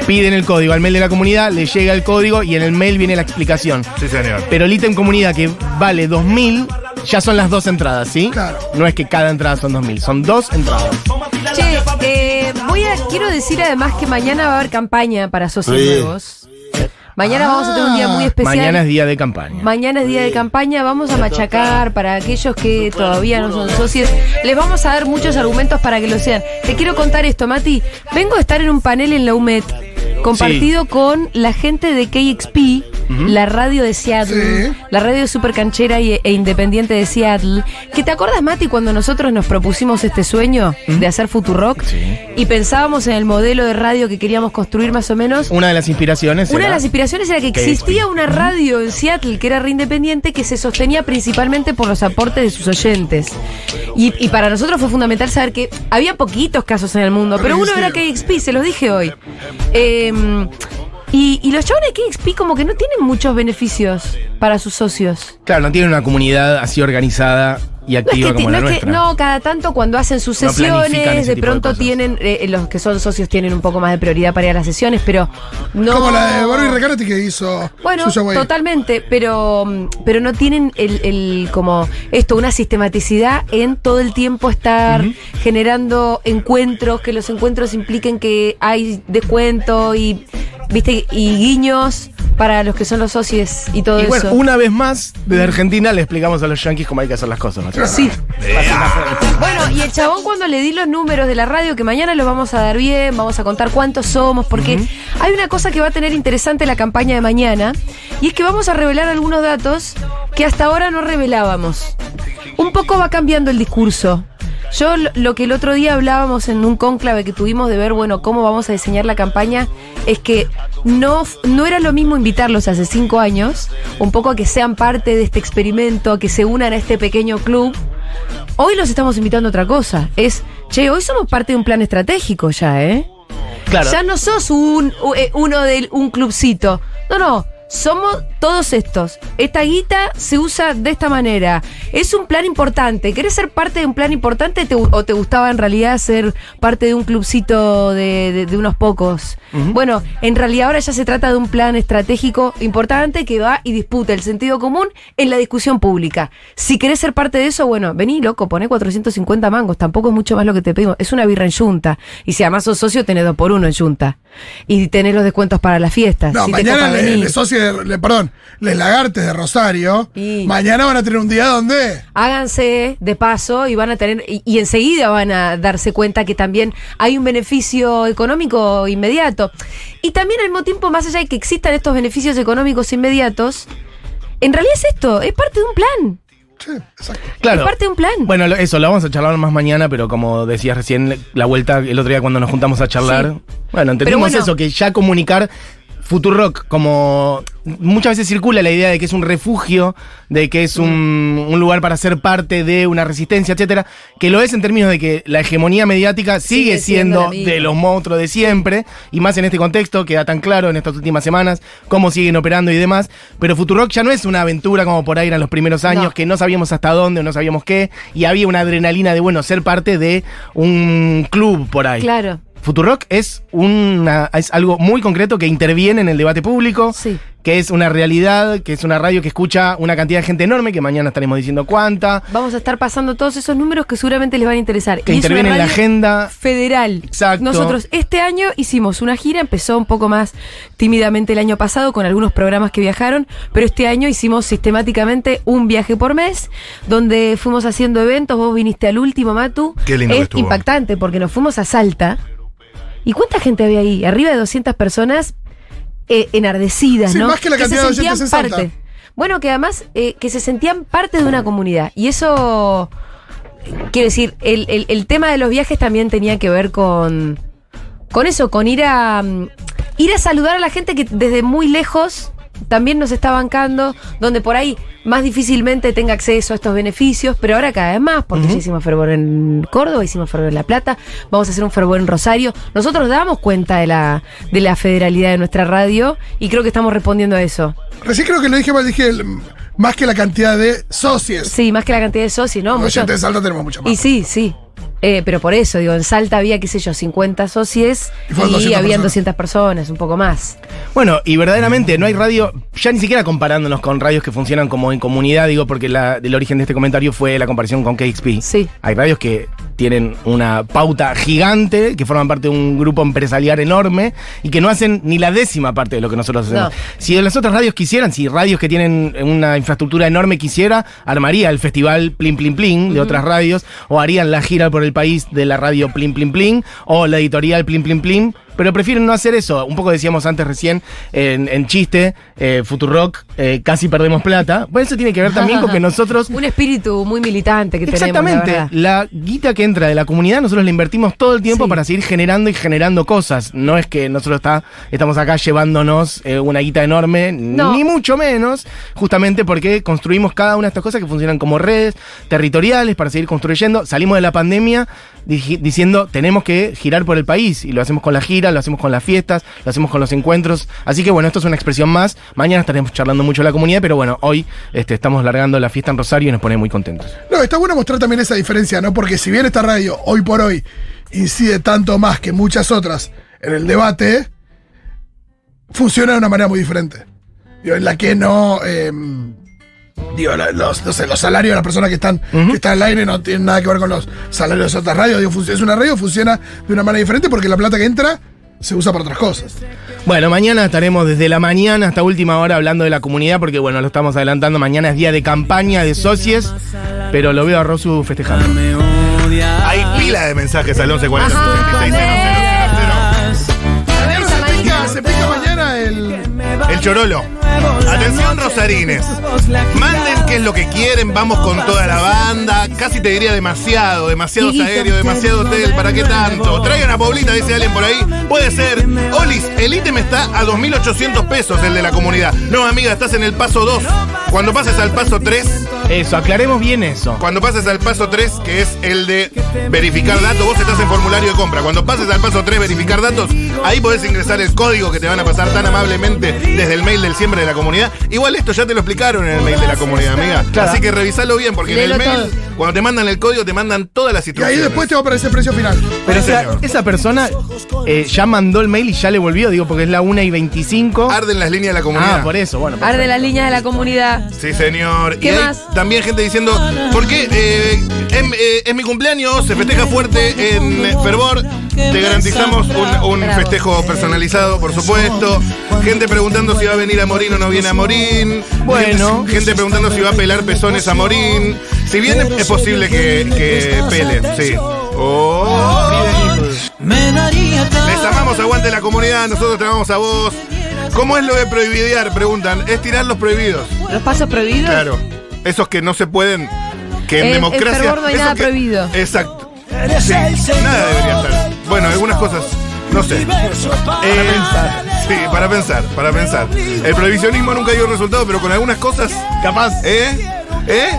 [SPEAKER 1] Piden el código al mail de la comunidad, le llega el código y en el mail viene la explicación.
[SPEAKER 3] Sí, señor.
[SPEAKER 1] Pero el ítem comunidad que vale 2000 ya son las dos entradas, ¿sí?
[SPEAKER 4] Claro.
[SPEAKER 1] No es que cada entrada son 2000, son dos entradas.
[SPEAKER 2] Che, eh, voy a, quiero decir además que mañana va a haber campaña para socios nuevos. Mañana vamos a tener un día muy especial.
[SPEAKER 1] Mañana es día de campaña.
[SPEAKER 2] Mañana es día de campaña, vamos a machacar para aquellos que todavía no son socios. Les vamos a dar muchos argumentos para que lo sean. Te quiero contar esto, Mati. Vengo a estar en un panel en la UMED, compartido con la gente de KXP, la radio de Seattle,
[SPEAKER 4] Sí.
[SPEAKER 2] la radio super canchera y- e independiente de Seattle. ¿Que te acuerdas, Mati, cuando nosotros nos propusimos este sueño de hacer Futurock y pensábamos en el modelo de radio que queríamos construir más o menos?
[SPEAKER 1] Una de las inspiraciones.
[SPEAKER 2] Una
[SPEAKER 1] era-
[SPEAKER 2] de las inspiraciones era que
[SPEAKER 1] KXP.
[SPEAKER 2] existía una radio en Seattle que era reindependiente que se sostenía principalmente por los aportes de sus oyentes. Y, y para nosotros fue fundamental saber que había poquitos casos en el mundo, pero uno era KXP, se los dije hoy. Eh, Y, y los chabones de KXP como que no tienen muchos beneficios para sus socios.
[SPEAKER 1] Claro, no tienen una comunidad así organizada y
[SPEAKER 2] No es
[SPEAKER 1] activa
[SPEAKER 2] que, ti-
[SPEAKER 1] como
[SPEAKER 2] no,
[SPEAKER 1] la
[SPEAKER 2] es que-
[SPEAKER 1] nuestra.
[SPEAKER 2] no, cada tanto cuando hacen sus
[SPEAKER 1] No planifican
[SPEAKER 2] sesiones,
[SPEAKER 1] ese tipo
[SPEAKER 2] de
[SPEAKER 1] de
[SPEAKER 2] pronto
[SPEAKER 1] cosas.
[SPEAKER 2] tienen, eh, los que son socios tienen un poco más de prioridad para ir a las sesiones, pero no...
[SPEAKER 4] Como la de Barbie Recarati que hizo
[SPEAKER 2] Bueno,
[SPEAKER 4] Suya Way.
[SPEAKER 2] totalmente, pero, mm, pero no tienen el, el- como esto, una sistematicidad en todo el tiempo estar generando encuentros, que los encuentros impliquen que hay descuento y viste y guiños para los que son los socios y todo
[SPEAKER 1] Y bueno,
[SPEAKER 2] eso.
[SPEAKER 1] una vez más, desde Argentina le explicamos a los yankees cómo hay que hacer las cosas. ¿no?
[SPEAKER 2] Sí. Bueno, y el chabón cuando le di los números de la radio, que mañana los vamos a dar bien, vamos a contar cuántos somos, porque hay una cosa que va a tener interesante la campaña de mañana, y es que vamos a revelar algunos datos que hasta ahora no revelábamos. Un poco va cambiando el discurso. Yo lo- lo que el otro día hablábamos en un cónclave que tuvimos de ver, bueno, cómo vamos a diseñar la campaña, es que no, f- no era lo mismo invitarlos hace cinco años, un poco a que sean parte de este experimento, a que se unan a este pequeño club, Hoy los estamos invitando a otra cosa. Es, che, hoy somos parte de un plan estratégico ya, ¿eh?
[SPEAKER 1] Claro.
[SPEAKER 2] Ya no sos un, u- eh, uno de un clubcito. No, no. Somos todos estos. Esta guita se usa de esta manera. Es un plan importante. ¿Querés ser parte de un plan importante te- o te gustaba en realidad ser parte de un clubcito de, de- de unos pocos? Bueno, en realidad ahora ya se trata de un plan estratégico importante que va y disputa el sentido común en la discusión pública. Si querés ser parte de eso, bueno, vení, loco, poné 450 mangos. Tampoco es mucho más lo que te pedimos. Es una birra en yunta. Y si además sos socio, tenés dos por uno en yunta. Y tenés los descuentos para las fiestas.
[SPEAKER 4] No,
[SPEAKER 2] si te
[SPEAKER 4] mañana
[SPEAKER 2] copa
[SPEAKER 4] le,
[SPEAKER 2] venir.
[SPEAKER 4] le socio de- le- perdón, les lagartes de Rosario.
[SPEAKER 2] Y-
[SPEAKER 4] Mañana van a tener un día donde.
[SPEAKER 2] háganse de paso y van a tener y, y enseguida van a darse cuenta que también hay un beneficio económico inmediato. Y también al mismo tiempo, más allá de que existan estos beneficios económicos inmediatos, en realidad es esto, es parte de un plan.
[SPEAKER 4] Sí, exacto.
[SPEAKER 1] Claro.
[SPEAKER 2] Es parte de un plan.
[SPEAKER 1] Bueno, lo- eso, lo vamos a charlar más mañana, pero como decías recién, la vuelta el otro día cuando nos juntamos a charlar. Bueno, entendimos
[SPEAKER 2] bueno.
[SPEAKER 1] eso, que ya comunicar Futurock, como muchas veces circula la idea de que es un refugio, de que es un, un lugar para ser parte de una resistencia, etcétera, que lo es en términos de que la hegemonía mediática sigue,
[SPEAKER 2] Sigue siendo
[SPEAKER 1] siendo,
[SPEAKER 2] la misma.
[SPEAKER 1] de los monstruos de siempre, y más en este contexto, queda tan claro en estas últimas semanas cómo siguen operando y demás, pero Futurock ya no es una aventura como por ahí eran los primeros años,
[SPEAKER 2] No.
[SPEAKER 1] que no sabíamos hasta dónde o no sabíamos qué, y había una adrenalina de, bueno, ser parte de un club por ahí.
[SPEAKER 2] Claro.
[SPEAKER 1] Futurock es, una, es algo muy concreto que interviene en el debate público,
[SPEAKER 2] Sí.
[SPEAKER 1] que es una realidad, que es una radio que escucha una cantidad de gente enorme, que mañana estaremos diciendo cuánta,
[SPEAKER 2] Vamos a estar pasando todos esos números que seguramente les van a interesar.
[SPEAKER 1] que
[SPEAKER 2] Y es
[SPEAKER 1] interviene
[SPEAKER 2] una
[SPEAKER 1] en la
[SPEAKER 2] radio-
[SPEAKER 1] agenda.
[SPEAKER 2] federal.
[SPEAKER 1] Exacto.
[SPEAKER 2] Nosotros este año hicimos una gira, empezó un poco más tímidamente el año pasado con algunos programas que viajaron, pero este año hicimos sistemáticamente un viaje por mes, donde fuimos haciendo eventos, vos viniste al último, Matu.
[SPEAKER 3] Qué lindo que
[SPEAKER 2] es
[SPEAKER 3] estuvo.
[SPEAKER 2] impactante porque nos fuimos a Salta. ¿Y cuánta gente había ahí? Arriba de 200 personas eh, enardecidas,
[SPEAKER 4] Sí,
[SPEAKER 2] ¿no?
[SPEAKER 4] más que la
[SPEAKER 2] se
[SPEAKER 4] cantidad de
[SPEAKER 2] sentían
[SPEAKER 4] oyentes en Salta.
[SPEAKER 2] parte. Bueno, que además eh, que se sentían parte de una comunidad. Y eso eh, Quiero decir, el, el- el tema de los viajes también tenía que ver con. con eso, con ir a. mm, ir a saludar a la gente que desde muy lejos también nos está bancando, donde por ahí más difícilmente tenga acceso a estos beneficios, pero ahora cada vez más, porque ya hicimos fervor en Córdoba, hicimos fervor en La Plata, vamos a hacer un fervor en Rosario. Nosotros damos cuenta de la, de la federalidad de nuestra radio y creo que estamos respondiendo a eso.
[SPEAKER 4] Recién creo que lo dije mal, dije el- más que la cantidad de socios.
[SPEAKER 2] Sí, más que la cantidad de socios, ¿no? Muchos-
[SPEAKER 4] Oyentes de Salta tenemos mucho más.
[SPEAKER 2] Y sí, sí. Eh, pero por eso, digo, en Salta había, qué sé yo, 50 socios
[SPEAKER 4] Y
[SPEAKER 2] y,
[SPEAKER 4] fueron 200
[SPEAKER 2] habían
[SPEAKER 4] personas.
[SPEAKER 2] 200 personas, un poco más.
[SPEAKER 1] Bueno, y verdaderamente no hay radio, ya ni siquiera comparándonos con radios que funcionan como en comunidad, digo, porque la, el origen de este comentario fue la comparación con KXP.
[SPEAKER 2] Sí.
[SPEAKER 1] Hay radios que tienen una pauta gigante, que forman parte de un grupo empresarial enorme y que no hacen ni la décima parte de lo que nosotros hacemos.
[SPEAKER 2] No.
[SPEAKER 1] Si las otras radios quisieran, si radios que tienen una infraestructura enorme quisiera, armaría el festival Plin Plin Plin de otras radios, o harían la gira por el país de la radio Plin Plin Plin, o la editorial Plin Plin Plin, pero prefieren no hacer eso. Un poco decíamos antes recién en, en chiste, eh, Futurock, eh, casi perdemos plata. Bueno, eso tiene que ver también con que nosotros
[SPEAKER 2] Un espíritu muy militante que tenemos.
[SPEAKER 1] Exactamente.
[SPEAKER 2] la verdad.
[SPEAKER 1] la, guita que entra de la comunidad, nosotros la invertimos todo el tiempo
[SPEAKER 2] Sí.
[SPEAKER 1] para seguir generando y generando cosas. No es que nosotros está, estamos acá llevándonos eh, una guita enorme,
[SPEAKER 2] No.
[SPEAKER 1] ni mucho menos, justamente porque construimos cada una de estas cosas que funcionan como redes territoriales para seguir construyendo. Salimos de la pandemia digi- diciendo tenemos que girar por el país. Y lo hacemos con la gira, lo hacemos con las fiestas, lo hacemos con los encuentros. Así que bueno, esto es una expresión más. Mañana estaremos charlando mucho la comunidad, pero bueno, hoy este, estamos largando la fiesta en Rosario y nos pone muy contentos.
[SPEAKER 4] No, está bueno mostrar también esa diferencia, ¿no? Porque si bien esta radio, hoy por hoy, incide tanto más que muchas otras en el debate, funciona de una manera muy diferente. Digo, en la que no. eh, digo, la- los, no sé, los salarios de las personas que están, que están al aire no tienen nada que ver con los salarios de otras radios. Digo, func- es una radio, funciona de una manera diferente porque la plata que entra se usa para otras cosas.
[SPEAKER 1] Bueno, mañana estaremos desde la mañana hasta última hora hablando de la comunidad, porque bueno, lo estamos adelantando. Mañana es día de campaña de socios, pero lo veo a Rosu festejando.
[SPEAKER 3] Hay pila de mensajes al 1140
[SPEAKER 4] Mañana se pica, se pica mañana el.
[SPEAKER 3] El Chorolo. Atención, Rosarines. Manden qué es lo que quieren, vamos con toda la banda. Casi te diría demasiado, demasiados
[SPEAKER 2] Dieguito.
[SPEAKER 3] aéreos, demasiado hotel, ¿para qué tanto? Traigan a Paulita, dice alguien por ahí. Puede ser. Olis, el ítem está a 2.800 pesos, el de la comunidad. No, amiga, estás en el paso 2. Cuando pases al paso 3,
[SPEAKER 1] Eso, aclaremos bien eso.
[SPEAKER 3] cuando pases al paso 3, que es el de verificar datos, vos estás en formulario de compra. Cuando pases al paso 3, verificar datos, ahí podés ingresar el código que te van a pasar tan amablemente desde el mail del siempre de la comunidad. Igual esto ya te lo explicaron en el mail de la comunidad, amiga.
[SPEAKER 1] Claro.
[SPEAKER 3] Así que revisalo bien, porque en
[SPEAKER 2] Léelo
[SPEAKER 3] el mail, cuando te mandan el código, te mandan todas las
[SPEAKER 4] Y ahí
[SPEAKER 3] instrucciones.
[SPEAKER 4] después te va a aparecer el precio final.
[SPEAKER 1] Pero
[SPEAKER 3] Sí,
[SPEAKER 1] esa,
[SPEAKER 3] señor.
[SPEAKER 1] esa persona eh, ya mandó el mail y ya le volvió, digo, porque es la 1 y 25.
[SPEAKER 3] Arden las líneas de la comunidad.
[SPEAKER 1] Ah, por eso, bueno. perfecto.
[SPEAKER 2] Arde las líneas de la comunidad.
[SPEAKER 3] Sí, señor.
[SPEAKER 2] ¿Qué
[SPEAKER 3] y hay
[SPEAKER 2] más?
[SPEAKER 3] también gente diciendo, ¿por qué eh, em- eh, es mi cumpleaños? Se festeja fuerte en eh, Fervor. Te garantizamos un, un
[SPEAKER 2] Bravo.
[SPEAKER 3] festejo personalizado, por supuesto. Gente preguntando si va a venir a Morín o no viene a Morín.
[SPEAKER 1] Bueno.
[SPEAKER 3] Gente, gente preguntando si va a pelar pezones a Morín. Si bien es posible que, que pele, sí. Oh. Les amamos, aguante la comunidad, nosotros te amamos a vos. ¿Cómo es lo de prohibidiar? Preguntan. Es tirar los prohibidos.
[SPEAKER 2] Los pasos prohibidos.
[SPEAKER 3] Claro. Esos que no se pueden. Que en
[SPEAKER 2] En- en
[SPEAKER 3] democracia.
[SPEAKER 2] Eh, Fervor no hay
[SPEAKER 3] esos
[SPEAKER 2] nada
[SPEAKER 3] que-
[SPEAKER 2] prohibido.
[SPEAKER 3] Exacto. Sí, nada debería estar. Bueno, algunas cosas. No sé. Eh, sí, para pensar, para pensar. El prohibicionismo nunca dio resultado, pero con algunas cosas. Capaz. ¿Eh? ¿Eh?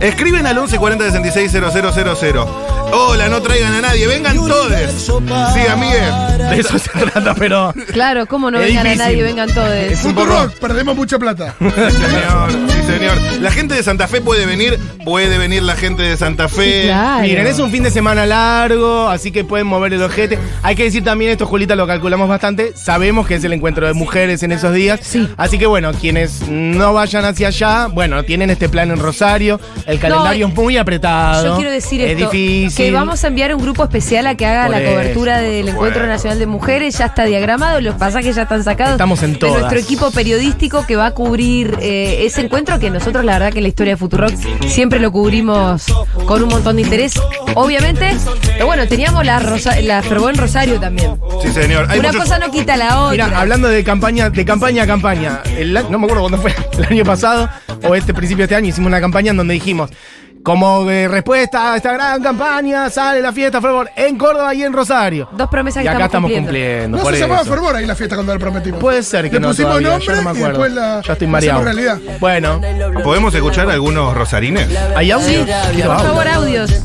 [SPEAKER 3] Escriben al 1140 660000. Hola, no traigan a nadie, vengan todos. Sí, eh. amigues.
[SPEAKER 1] De eso se trata, pero.
[SPEAKER 2] Claro, cómo no
[SPEAKER 1] Es
[SPEAKER 2] vengan
[SPEAKER 1] difícil.
[SPEAKER 2] a nadie, vengan todos.
[SPEAKER 1] un
[SPEAKER 4] Punto
[SPEAKER 1] poco-
[SPEAKER 4] rock, perdemos mucha plata.
[SPEAKER 3] Sí, señor, sí, señor. La gente de Santa Fe puede venir, puede venir la gente de Santa Fe.
[SPEAKER 2] Claro.
[SPEAKER 1] Miren, es un fin de semana largo, así que pueden mover el ojete. Hay que decir también esto, Julita, lo calculamos bastante. Sabemos que es el encuentro de mujeres en esos días.
[SPEAKER 2] Sí.
[SPEAKER 1] Así que bueno, quienes no vayan hacia allá, bueno, tienen este plan en Rosario. El calendario
[SPEAKER 2] No,
[SPEAKER 1] es muy apretado.
[SPEAKER 2] Yo quiero decir
[SPEAKER 1] es
[SPEAKER 2] esto,
[SPEAKER 1] difícil.
[SPEAKER 2] que vamos a enviar un grupo especial a que haga
[SPEAKER 1] Por
[SPEAKER 2] la
[SPEAKER 1] eso,
[SPEAKER 2] cobertura del
[SPEAKER 3] por
[SPEAKER 2] Encuentro
[SPEAKER 3] supuesto.
[SPEAKER 2] Nacional de Mujeres, ya está diagramado, los pasajes ya están sacados.
[SPEAKER 1] Estamos en
[SPEAKER 2] De
[SPEAKER 1] todas.
[SPEAKER 2] nuestro equipo periodístico que va a cubrir eh, ese encuentro que nosotros la verdad que en la historia de Futurock siempre lo cubrimos con un montón de interés, obviamente. Pero bueno, teníamos la, Rosa- la Fervor en Rosario también.
[SPEAKER 3] Sí, señor. Hay
[SPEAKER 2] Una
[SPEAKER 3] muchos-
[SPEAKER 2] cosa no quita la otra.
[SPEAKER 1] Mira, hablando de campaña, de campaña a campaña, el a- no me acuerdo cuándo fue, [laughs] el año pasado o este principio de este año, hicimos una campaña en donde dijimos, como eh, respuesta a esta gran campaña, sale la fiesta Fervor en Córdoba y en Rosario.
[SPEAKER 2] Dos promesas
[SPEAKER 1] Y
[SPEAKER 2] que
[SPEAKER 1] acá estamos cumpliendo.
[SPEAKER 4] No Pues,
[SPEAKER 1] por
[SPEAKER 4] se llamaba
[SPEAKER 1] eso.
[SPEAKER 4] Fervor ahí la fiesta cuando la prometimos.
[SPEAKER 1] Puede ser que
[SPEAKER 4] Le
[SPEAKER 1] no
[SPEAKER 4] pusimos
[SPEAKER 1] todavía,
[SPEAKER 4] nombre
[SPEAKER 1] yo no me
[SPEAKER 4] y
[SPEAKER 1] acuerdo.
[SPEAKER 4] después la-
[SPEAKER 1] Yo estoy
[SPEAKER 4] la
[SPEAKER 1] mareado.
[SPEAKER 4] hacemos realidad.
[SPEAKER 1] Bueno,
[SPEAKER 3] ¿Podemos escuchar algunos rosarines?
[SPEAKER 1] ¿hay audio? Quiero
[SPEAKER 2] Por
[SPEAKER 1] audio.
[SPEAKER 2] favor, audios.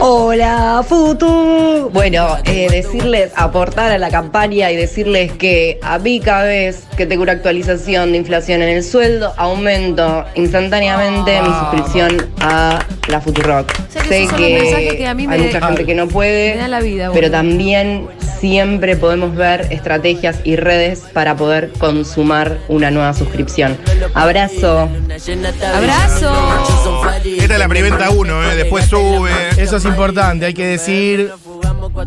[SPEAKER 9] Hola, Futu. Bueno, eh, decirles, aportar a la campaña y decirles que a mí cada vez que tengo una actualización de inflación en el sueldo, aumento instantáneamente mi suscripción a la Futurock.
[SPEAKER 2] Ah. sea que esos son los mensajes que a mí
[SPEAKER 9] hay
[SPEAKER 2] me-
[SPEAKER 9] mucha gente que no puede,
[SPEAKER 2] me da la vida,
[SPEAKER 9] pero
[SPEAKER 2] boludo.
[SPEAKER 9] también siempre podemos ver estrategias y redes para poder consumar una nueva suscripción. Abrazo.
[SPEAKER 2] Abrazo.
[SPEAKER 3] Esta es la preventa 1, ¿eh? después sube.
[SPEAKER 1] Eso es importante, hay que decir.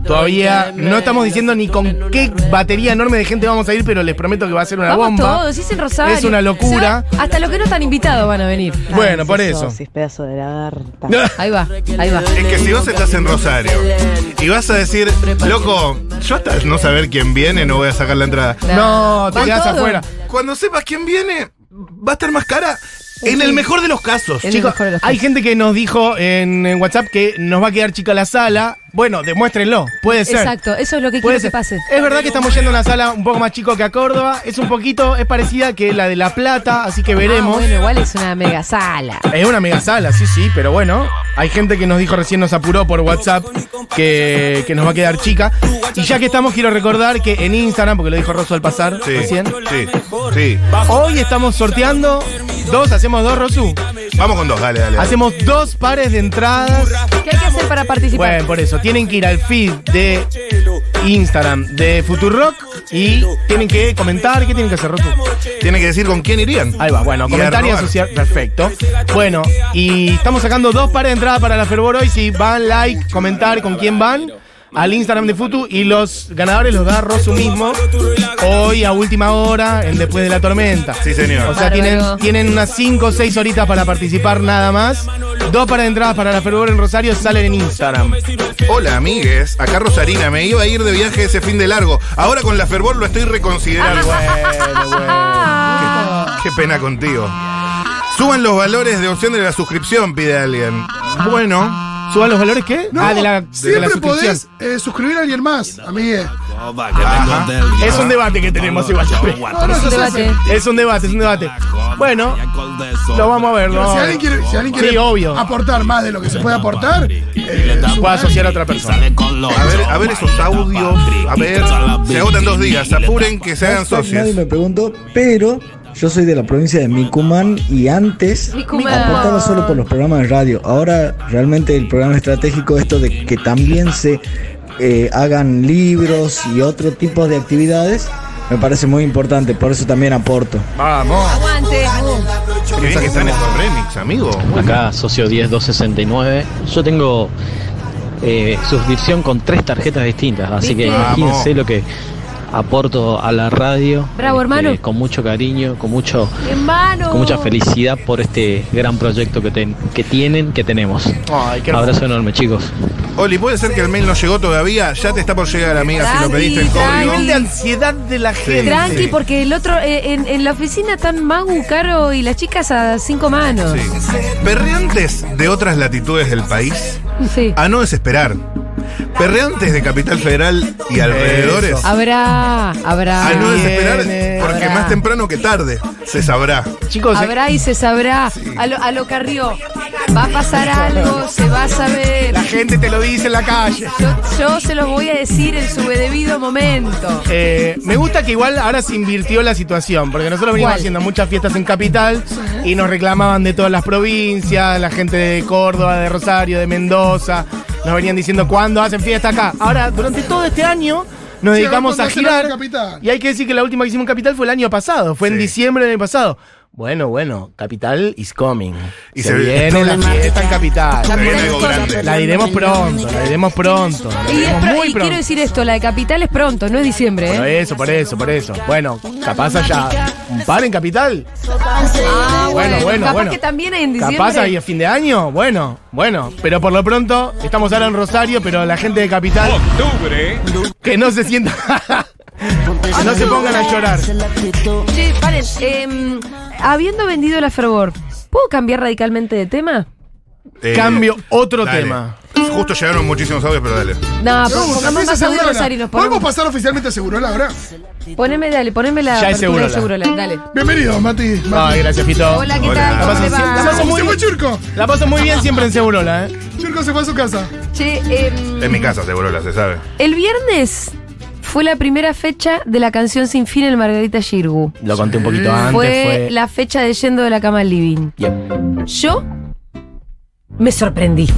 [SPEAKER 1] Todavía no estamos diciendo ni con qué batería enorme de gente vamos a ir, pero les prometo que va a ser una
[SPEAKER 2] Vamos
[SPEAKER 1] bomba.
[SPEAKER 2] todos, es en Rosario.
[SPEAKER 1] Es una locura.
[SPEAKER 2] Se va- hasta los que no están invitados van a venir.
[SPEAKER 1] Bueno, por eso.
[SPEAKER 9] pedazo de lagarta.
[SPEAKER 2] Ahí va, ahí va.
[SPEAKER 3] Es que si vos estás en Rosario y vas a decir, loco, yo hasta no saber quién viene no voy a sacar la entrada.
[SPEAKER 1] [laughs] No, te
[SPEAKER 2] Van
[SPEAKER 1] quedas
[SPEAKER 2] todos.
[SPEAKER 1] afuera.
[SPEAKER 3] Cuando sepas quién viene, va a estar más cara. En el mejor de los casos.
[SPEAKER 2] En el
[SPEAKER 1] Chicos,
[SPEAKER 2] mejor de los
[SPEAKER 1] hay
[SPEAKER 2] casos.
[SPEAKER 1] gente que nos dijo en, en WhatsApp que nos va a quedar chica la sala. Bueno, demuéstrenlo, puede ser.
[SPEAKER 2] Exacto, eso es lo que
[SPEAKER 1] Puede
[SPEAKER 2] quiero que
[SPEAKER 1] ser.
[SPEAKER 2] pase.
[SPEAKER 1] Es verdad que estamos yendo a una sala un poco más chico que a Córdoba. Es un poquito, es parecida que la de La Plata, así que veremos.
[SPEAKER 2] Ah, bueno, igual es una mega sala.
[SPEAKER 1] Es una mega sala, sí, sí, pero bueno. Hay gente que nos dijo recién, nos apuró por WhatsApp, que, que nos va a quedar chica. Y ya que estamos, quiero recordar que en Instagram, porque lo dijo Rosso al pasar
[SPEAKER 3] Sí,
[SPEAKER 1] recién,
[SPEAKER 3] sí, sí.
[SPEAKER 1] hoy estamos sorteando dos, hacemos dos, Rosu.
[SPEAKER 3] Vamos con dos, dale, dale. dale.
[SPEAKER 1] Hacemos dos pares de entradas.
[SPEAKER 2] ¿Qué hay que hacer para participar?
[SPEAKER 1] Bueno, por eso, tienen que ir al feed de Instagram de Futurock y tienen que comentar. ¿Qué tienen que hacer, Rosu?
[SPEAKER 3] Tiene que decir con quién irían.
[SPEAKER 1] Ahí va, bueno,
[SPEAKER 3] Y
[SPEAKER 1] comentar y
[SPEAKER 3] arrobar.
[SPEAKER 1] asociar. Perfecto. Bueno, y estamos sacando dos pares de entrada para la Fervor hoy. Si van, like, comentar con quién van al Instagram de Futu y los ganadores los da Rosu mismo hoy a última hora en Después de la Tormenta.
[SPEAKER 3] Sí, señor.
[SPEAKER 1] O sea, tienen,
[SPEAKER 2] Bárbaro.
[SPEAKER 1] tienen unas 5 o 6 horitas para participar nada más. Dos pares de entradas para la Fervor en Rosario salen en Instagram.
[SPEAKER 3] Hola, amigues. Acá Rosarina. Me iba a ir de viaje ese fin de largo. Ahora con la fervor lo estoy reconsiderando. Qué pena contigo. Suban los valores de opción de la suscripción, pide alguien. Bueno,
[SPEAKER 1] ¿Suban los valores qué?
[SPEAKER 4] No,
[SPEAKER 1] ah, de la, de la
[SPEAKER 4] siempre
[SPEAKER 1] suscripción.
[SPEAKER 4] podés eh, suscribir a alguien más, amigue.
[SPEAKER 1] Es un debate que tenemos igual.
[SPEAKER 4] No, no, yo sé,
[SPEAKER 2] Debate.
[SPEAKER 4] pero
[SPEAKER 1] Es un debate, es un debate.
[SPEAKER 3] Este,
[SPEAKER 1] Bueno, lo vamos a ver. lo vamos
[SPEAKER 4] Si
[SPEAKER 1] a ver.
[SPEAKER 4] alguien quiere, si alguien quiere
[SPEAKER 1] Sí, obvio.
[SPEAKER 4] aportar más de lo que se puede aportar, eh,
[SPEAKER 1] Puedo asociar a otra persona.
[SPEAKER 3] a ver, a ver esos audios. A ver, se agotan dos días. Apuren que se hagan socios.
[SPEAKER 10] Nadie me preguntó, pero yo soy de la provincia de Micuman y antes
[SPEAKER 2] Micuman.
[SPEAKER 10] aportaba solo por los programas de radio. Ahora realmente el programa estratégico esto de que también se eh, hagan libros y otro tipo de actividades me parece muy importante, por eso también aporto.
[SPEAKER 3] Vamos.
[SPEAKER 2] Aguante.
[SPEAKER 3] Qué bien que están estos remix, amigo.
[SPEAKER 10] Acá socio 10269, yo tengo eh, suscripción con tres tarjetas distintas,
[SPEAKER 2] así que ¿Viste?
[SPEAKER 3] imagínense
[SPEAKER 10] lo que aporto a la radio.
[SPEAKER 2] Bravo, hermano.
[SPEAKER 10] Con mucho cariño, eh, con mucho
[SPEAKER 2] Hermano.
[SPEAKER 10] con mucha felicidad por este gran proyecto que, ten- que tienen, que tenemos.
[SPEAKER 1] Ay, qué hermoso.
[SPEAKER 10] Abrazo enorme, chicos.
[SPEAKER 3] Oli, ¿puede ser que el mail no llegó todavía? Ya te está por llegar, amiga, si lo pediste el
[SPEAKER 1] El nivel
[SPEAKER 3] código.
[SPEAKER 1] de ansiedad de la gente.
[SPEAKER 2] Tranqui,
[SPEAKER 3] Sí.
[SPEAKER 2] porque el otro, eh, en, en la oficina están Magu, Caro y las chicas a cinco manos.
[SPEAKER 3] Sí. Perreantes de otras latitudes del país,
[SPEAKER 2] Sí.
[SPEAKER 3] a no desesperar. Perreantes de Capital Federal y alrededores,
[SPEAKER 2] Habrá,
[SPEAKER 3] a no
[SPEAKER 2] habrá.
[SPEAKER 1] Ay,
[SPEAKER 3] desesperar,
[SPEAKER 1] Viene,
[SPEAKER 3] porque
[SPEAKER 2] habrá.
[SPEAKER 3] más temprano que tarde se sabrá.
[SPEAKER 1] Chicos, eh,
[SPEAKER 2] Habrá y se sabrá. A lo, a lo Carrió. Va a pasar algo, se va a saber.
[SPEAKER 1] la gente te lo dice en la calle.
[SPEAKER 2] Yo, yo se los voy a decir en su debido momento.
[SPEAKER 1] Eh, me gusta que igual ahora se invirtió la situación, porque nosotros venimos
[SPEAKER 2] ¿Cuál?
[SPEAKER 1] haciendo muchas fiestas en Capital y nos reclamaban de todas las provincias, la gente de Córdoba, de Rosario, de Mendoza, nos venían diciendo cuándo hacen fiesta acá. Ahora, durante todo este año nos
[SPEAKER 4] Sí,
[SPEAKER 1] dedicamos
[SPEAKER 4] cuando
[SPEAKER 1] a
[SPEAKER 4] hacen algo en
[SPEAKER 1] girar
[SPEAKER 4] Capital.
[SPEAKER 1] y hay que decir que la última que hicimos en Capital fue el año pasado, fue en
[SPEAKER 3] Sí.
[SPEAKER 1] diciembre del año pasado. Bueno, bueno, Capital is coming.
[SPEAKER 3] Y
[SPEAKER 1] Y
[SPEAKER 3] se
[SPEAKER 1] se,
[SPEAKER 3] ve-
[SPEAKER 1] viene la fiesta en Capital.
[SPEAKER 3] Se viene
[SPEAKER 2] mirá
[SPEAKER 3] algo
[SPEAKER 2] que cosa.
[SPEAKER 3] grande.
[SPEAKER 1] La diremos pronto, la diremos pronto, la
[SPEAKER 2] Y, es
[SPEAKER 1] diremos
[SPEAKER 2] pro-
[SPEAKER 1] muy
[SPEAKER 2] y quiero
[SPEAKER 1] pronto.
[SPEAKER 2] decir esto, la de Capital es pronto, no es diciembre,
[SPEAKER 1] Por
[SPEAKER 2] ¿eh?
[SPEAKER 1] eso, por eso, por eso. Bueno, capaz allá. ¿Un par en capital?
[SPEAKER 2] Ah,
[SPEAKER 1] Bueno, bueno,
[SPEAKER 2] capaz
[SPEAKER 1] bueno.
[SPEAKER 2] que también hay en diciembre.
[SPEAKER 1] Capaz ahí a fin de año, bueno, bueno. Pero por lo pronto, estamos ahora en Rosario, pero la gente de capital. Octubre. Que no se sienta. [laughs] que no se pongan a llorar.
[SPEAKER 2] Che, paren, em, habiendo vendido la fervor, ¿puedo cambiar radicalmente de tema?
[SPEAKER 3] Eh,
[SPEAKER 1] Cambio otro
[SPEAKER 3] dale.
[SPEAKER 1] tema.
[SPEAKER 3] Justo llegaron muchísimos audios, pero dale.
[SPEAKER 2] No,
[SPEAKER 4] No,
[SPEAKER 2] pongamos
[SPEAKER 4] también se
[SPEAKER 2] más seguro
[SPEAKER 4] aseguró,
[SPEAKER 2] Rosario, nos
[SPEAKER 4] ¿Podemos
[SPEAKER 2] ponemos.
[SPEAKER 4] pasar oficialmente a Segurola ahora?
[SPEAKER 2] Poneme, dale, poneme la
[SPEAKER 1] Ya es
[SPEAKER 2] apertura de
[SPEAKER 1] Segurola.
[SPEAKER 2] Segurola, dale.
[SPEAKER 4] Bienvenido, Mati.
[SPEAKER 1] Ay, gracias, Fito.
[SPEAKER 2] Hola, ¿qué
[SPEAKER 3] Hola.
[SPEAKER 2] tal?
[SPEAKER 1] La
[SPEAKER 2] ¿Cómo
[SPEAKER 1] paso,
[SPEAKER 2] le va?
[SPEAKER 1] la paso muy,
[SPEAKER 4] Se fue Churco.
[SPEAKER 1] la paso muy bien siempre en Segurola, ¿eh?
[SPEAKER 4] Churco se fue a su casa.
[SPEAKER 2] Che, em,
[SPEAKER 3] En mi casa, seguro, la se sabe.
[SPEAKER 2] el viernes fue la primera fecha de la canción Sin Fin en Margarita Girgu.
[SPEAKER 1] Lo conté un poquito antes.
[SPEAKER 2] fue,
[SPEAKER 1] Fue.
[SPEAKER 2] la fecha de yendo de la cama al living. Yo me sorprendí.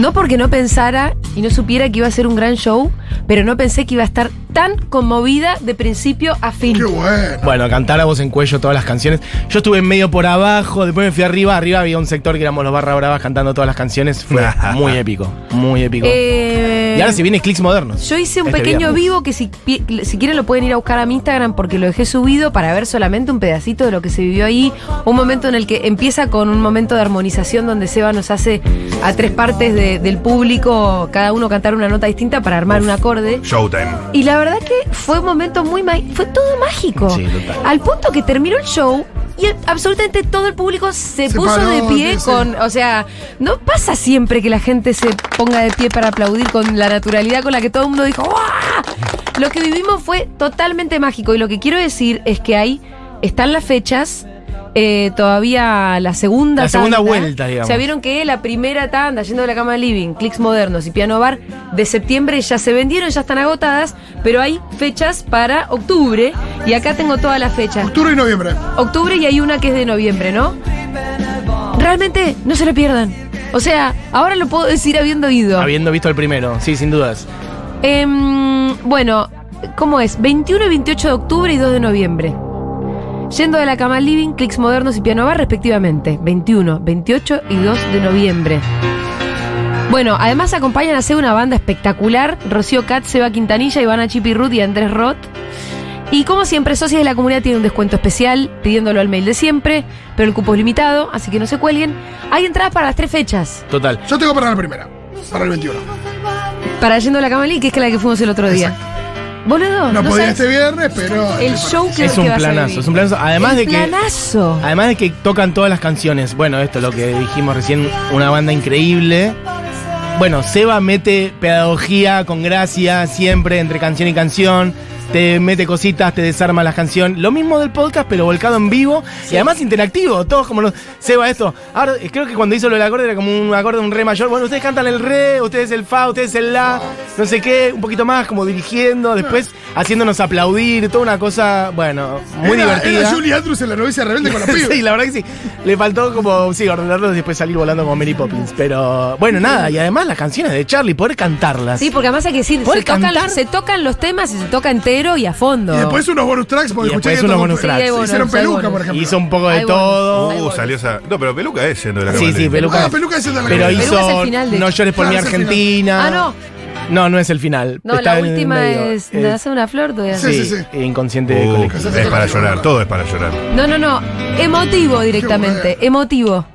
[SPEAKER 2] No porque no pensara y no supiera que iba a ser un gran show, pero no pensé que iba a estar tan conmovida de principio a fin.
[SPEAKER 4] Qué bueno.
[SPEAKER 1] Bueno, cantar a voz en cuello todas las canciones. Yo estuve medio por abajo, después me fui arriba. Arriba había un sector que éramos los barra bravas cantando todas las canciones. Fue muy épico, muy épico.
[SPEAKER 2] Eh,
[SPEAKER 1] y ahora se viene clics modernos.
[SPEAKER 2] yo hice un
[SPEAKER 1] Este
[SPEAKER 2] pequeño
[SPEAKER 1] viernes.
[SPEAKER 2] vivo que si, pi- si quieren lo pueden ir a buscar a mi Instagram porque lo dejé subido para ver solamente un pedacito de lo que se vivió ahí. Un momento en el que empieza con un momento de armonización donde Seba nos hace a tres partes de- del público, cada uno cantar una nota distinta para armar un acorde.
[SPEAKER 3] Showtime.
[SPEAKER 2] Y la verdad que fue un momento muy ma- fue todo mágico.
[SPEAKER 1] Sí, total.
[SPEAKER 2] Al punto que terminó el show y el- absolutamente todo el público se,
[SPEAKER 4] Se
[SPEAKER 2] puso
[SPEAKER 4] paró,
[SPEAKER 2] de pie
[SPEAKER 4] sí, sí.
[SPEAKER 2] con, o sea, no pasa siempre que la gente se ponga de pie para aplaudir con la naturalidad con la que todo el mundo dijo, "¡Guau!". Lo que vivimos fue totalmente mágico y lo que quiero decir es que ahí están las fechas eh, todavía la segunda
[SPEAKER 1] La segunda
[SPEAKER 2] tanda.
[SPEAKER 1] vuelta, digamos.
[SPEAKER 2] O sea, vieron que la primera tanda, yendo de la cama de living, clics modernos y piano bar, de septiembre ya se vendieron, ya están agotadas, pero hay fechas para octubre. Y acá tengo todas las fechas.
[SPEAKER 4] Octubre y noviembre.
[SPEAKER 2] Octubre y hay una que es de noviembre, ¿no? Realmente no se lo pierdan. O sea, ahora lo puedo decir habiendo ido.
[SPEAKER 1] Habiendo visto el primero, sí, sin dudas.
[SPEAKER 2] Em, bueno, ¿cómo es? 21 y 28 de octubre y 2 de noviembre. Yendo de la cama al living, clics modernos y piano bar respectivamente. 21, 28 y 2 de noviembre. Bueno, además acompañan a ser una banda espectacular. Rocío Cat, Seba Quintanilla, Ivana Chipirrut y Andrés Roth. Y como siempre, socios de la comunidad tienen un descuento especial, pidiéndolo al mail de siempre, pero el cupo es limitado, así que no se cuelguen. Hay entradas para las tres fechas.
[SPEAKER 1] Total.
[SPEAKER 4] Yo tengo para la primera, para el 21.
[SPEAKER 2] Para Yendo a la Cama al Living, que es la que fuimos el otro día. Boludo,
[SPEAKER 4] No, podía
[SPEAKER 2] sabes-
[SPEAKER 4] este viernes, pero.
[SPEAKER 2] El show que
[SPEAKER 1] Es
[SPEAKER 2] que
[SPEAKER 1] un
[SPEAKER 2] vas a
[SPEAKER 1] planazo,
[SPEAKER 2] vivir.
[SPEAKER 1] es un planazo. Además
[SPEAKER 2] El
[SPEAKER 1] de que.
[SPEAKER 2] planazo.
[SPEAKER 1] Además de que tocan todas las canciones. Bueno, esto es lo que dijimos recién, una banda increíble. Bueno, Seba mete pedagogía con gracia siempre entre canción y canción. Te mete cositas, te desarma la canción. Lo mismo del podcast, pero volcado en vivo. Y además interactivo. Todos como los. Seba, esto. Ahora, eh, creo que cuando hizo lo del acorde era como un acorde, un re mayor. Bueno, ustedes cantan el re, ustedes el fa, ustedes el la. No sé qué. Un poquito más, como dirigiendo. Después haciéndonos aplaudir. Toda una cosa, bueno, muy
[SPEAKER 4] Era-
[SPEAKER 1] divertida.
[SPEAKER 4] Era Julie Andrews en la novicia rebelde
[SPEAKER 1] [laughs]
[SPEAKER 4] [laughs] con los pibes.
[SPEAKER 1] Sí, la verdad que sí. Le faltó como, sí, ordenarlos y después salir volando como Mary Poppins. Pero bueno, nada. Y además las canciones de Charlie, poder cantarlas.
[SPEAKER 2] Sí, porque además hay que decir, se
[SPEAKER 1] ¿Poder
[SPEAKER 2] tocan,
[SPEAKER 1] cantar?
[SPEAKER 2] se tocan los temas y se toca entero y a fondo.
[SPEAKER 4] Y después unos bonus tracks, porque
[SPEAKER 1] Y
[SPEAKER 4] escuché
[SPEAKER 1] después
[SPEAKER 4] que
[SPEAKER 1] unos
[SPEAKER 4] tocó-
[SPEAKER 1] bonus tracks. Sí, hay
[SPEAKER 2] bonus,
[SPEAKER 4] Hicieron
[SPEAKER 2] hay
[SPEAKER 4] peluca,
[SPEAKER 2] bonus.
[SPEAKER 4] por ejemplo.
[SPEAKER 1] hizo un poco de
[SPEAKER 2] Ay, bueno.
[SPEAKER 1] todo.
[SPEAKER 2] Ay,
[SPEAKER 3] Uh,
[SPEAKER 2] bueno.
[SPEAKER 3] salió esa. No, pero Peluca es yendo de la
[SPEAKER 1] Sí,
[SPEAKER 3] Cama
[SPEAKER 1] sí,
[SPEAKER 3] Libre.
[SPEAKER 1] Peluca.
[SPEAKER 4] Ah, peluca es el de la
[SPEAKER 1] Pero
[SPEAKER 4] Cama
[SPEAKER 1] hizo
[SPEAKER 4] Libre.
[SPEAKER 2] Peluca es el final de-
[SPEAKER 1] No llores por
[SPEAKER 4] Claro,
[SPEAKER 1] mi
[SPEAKER 4] es el final.
[SPEAKER 1] Argentina.
[SPEAKER 2] Ah, no.
[SPEAKER 1] No, no es el final.
[SPEAKER 2] No,
[SPEAKER 1] Está
[SPEAKER 2] la
[SPEAKER 1] en el
[SPEAKER 2] última
[SPEAKER 1] medio. eh.
[SPEAKER 2] es. ¿Me das una flor? todavía?
[SPEAKER 4] Sí,
[SPEAKER 1] sí,
[SPEAKER 4] sí, sí.
[SPEAKER 1] Inconsciente
[SPEAKER 3] Uh,
[SPEAKER 1] colectivo.
[SPEAKER 3] es para llorar, todo es para llorar.
[SPEAKER 2] No, no, no. Emotivo directamente. Emotivo.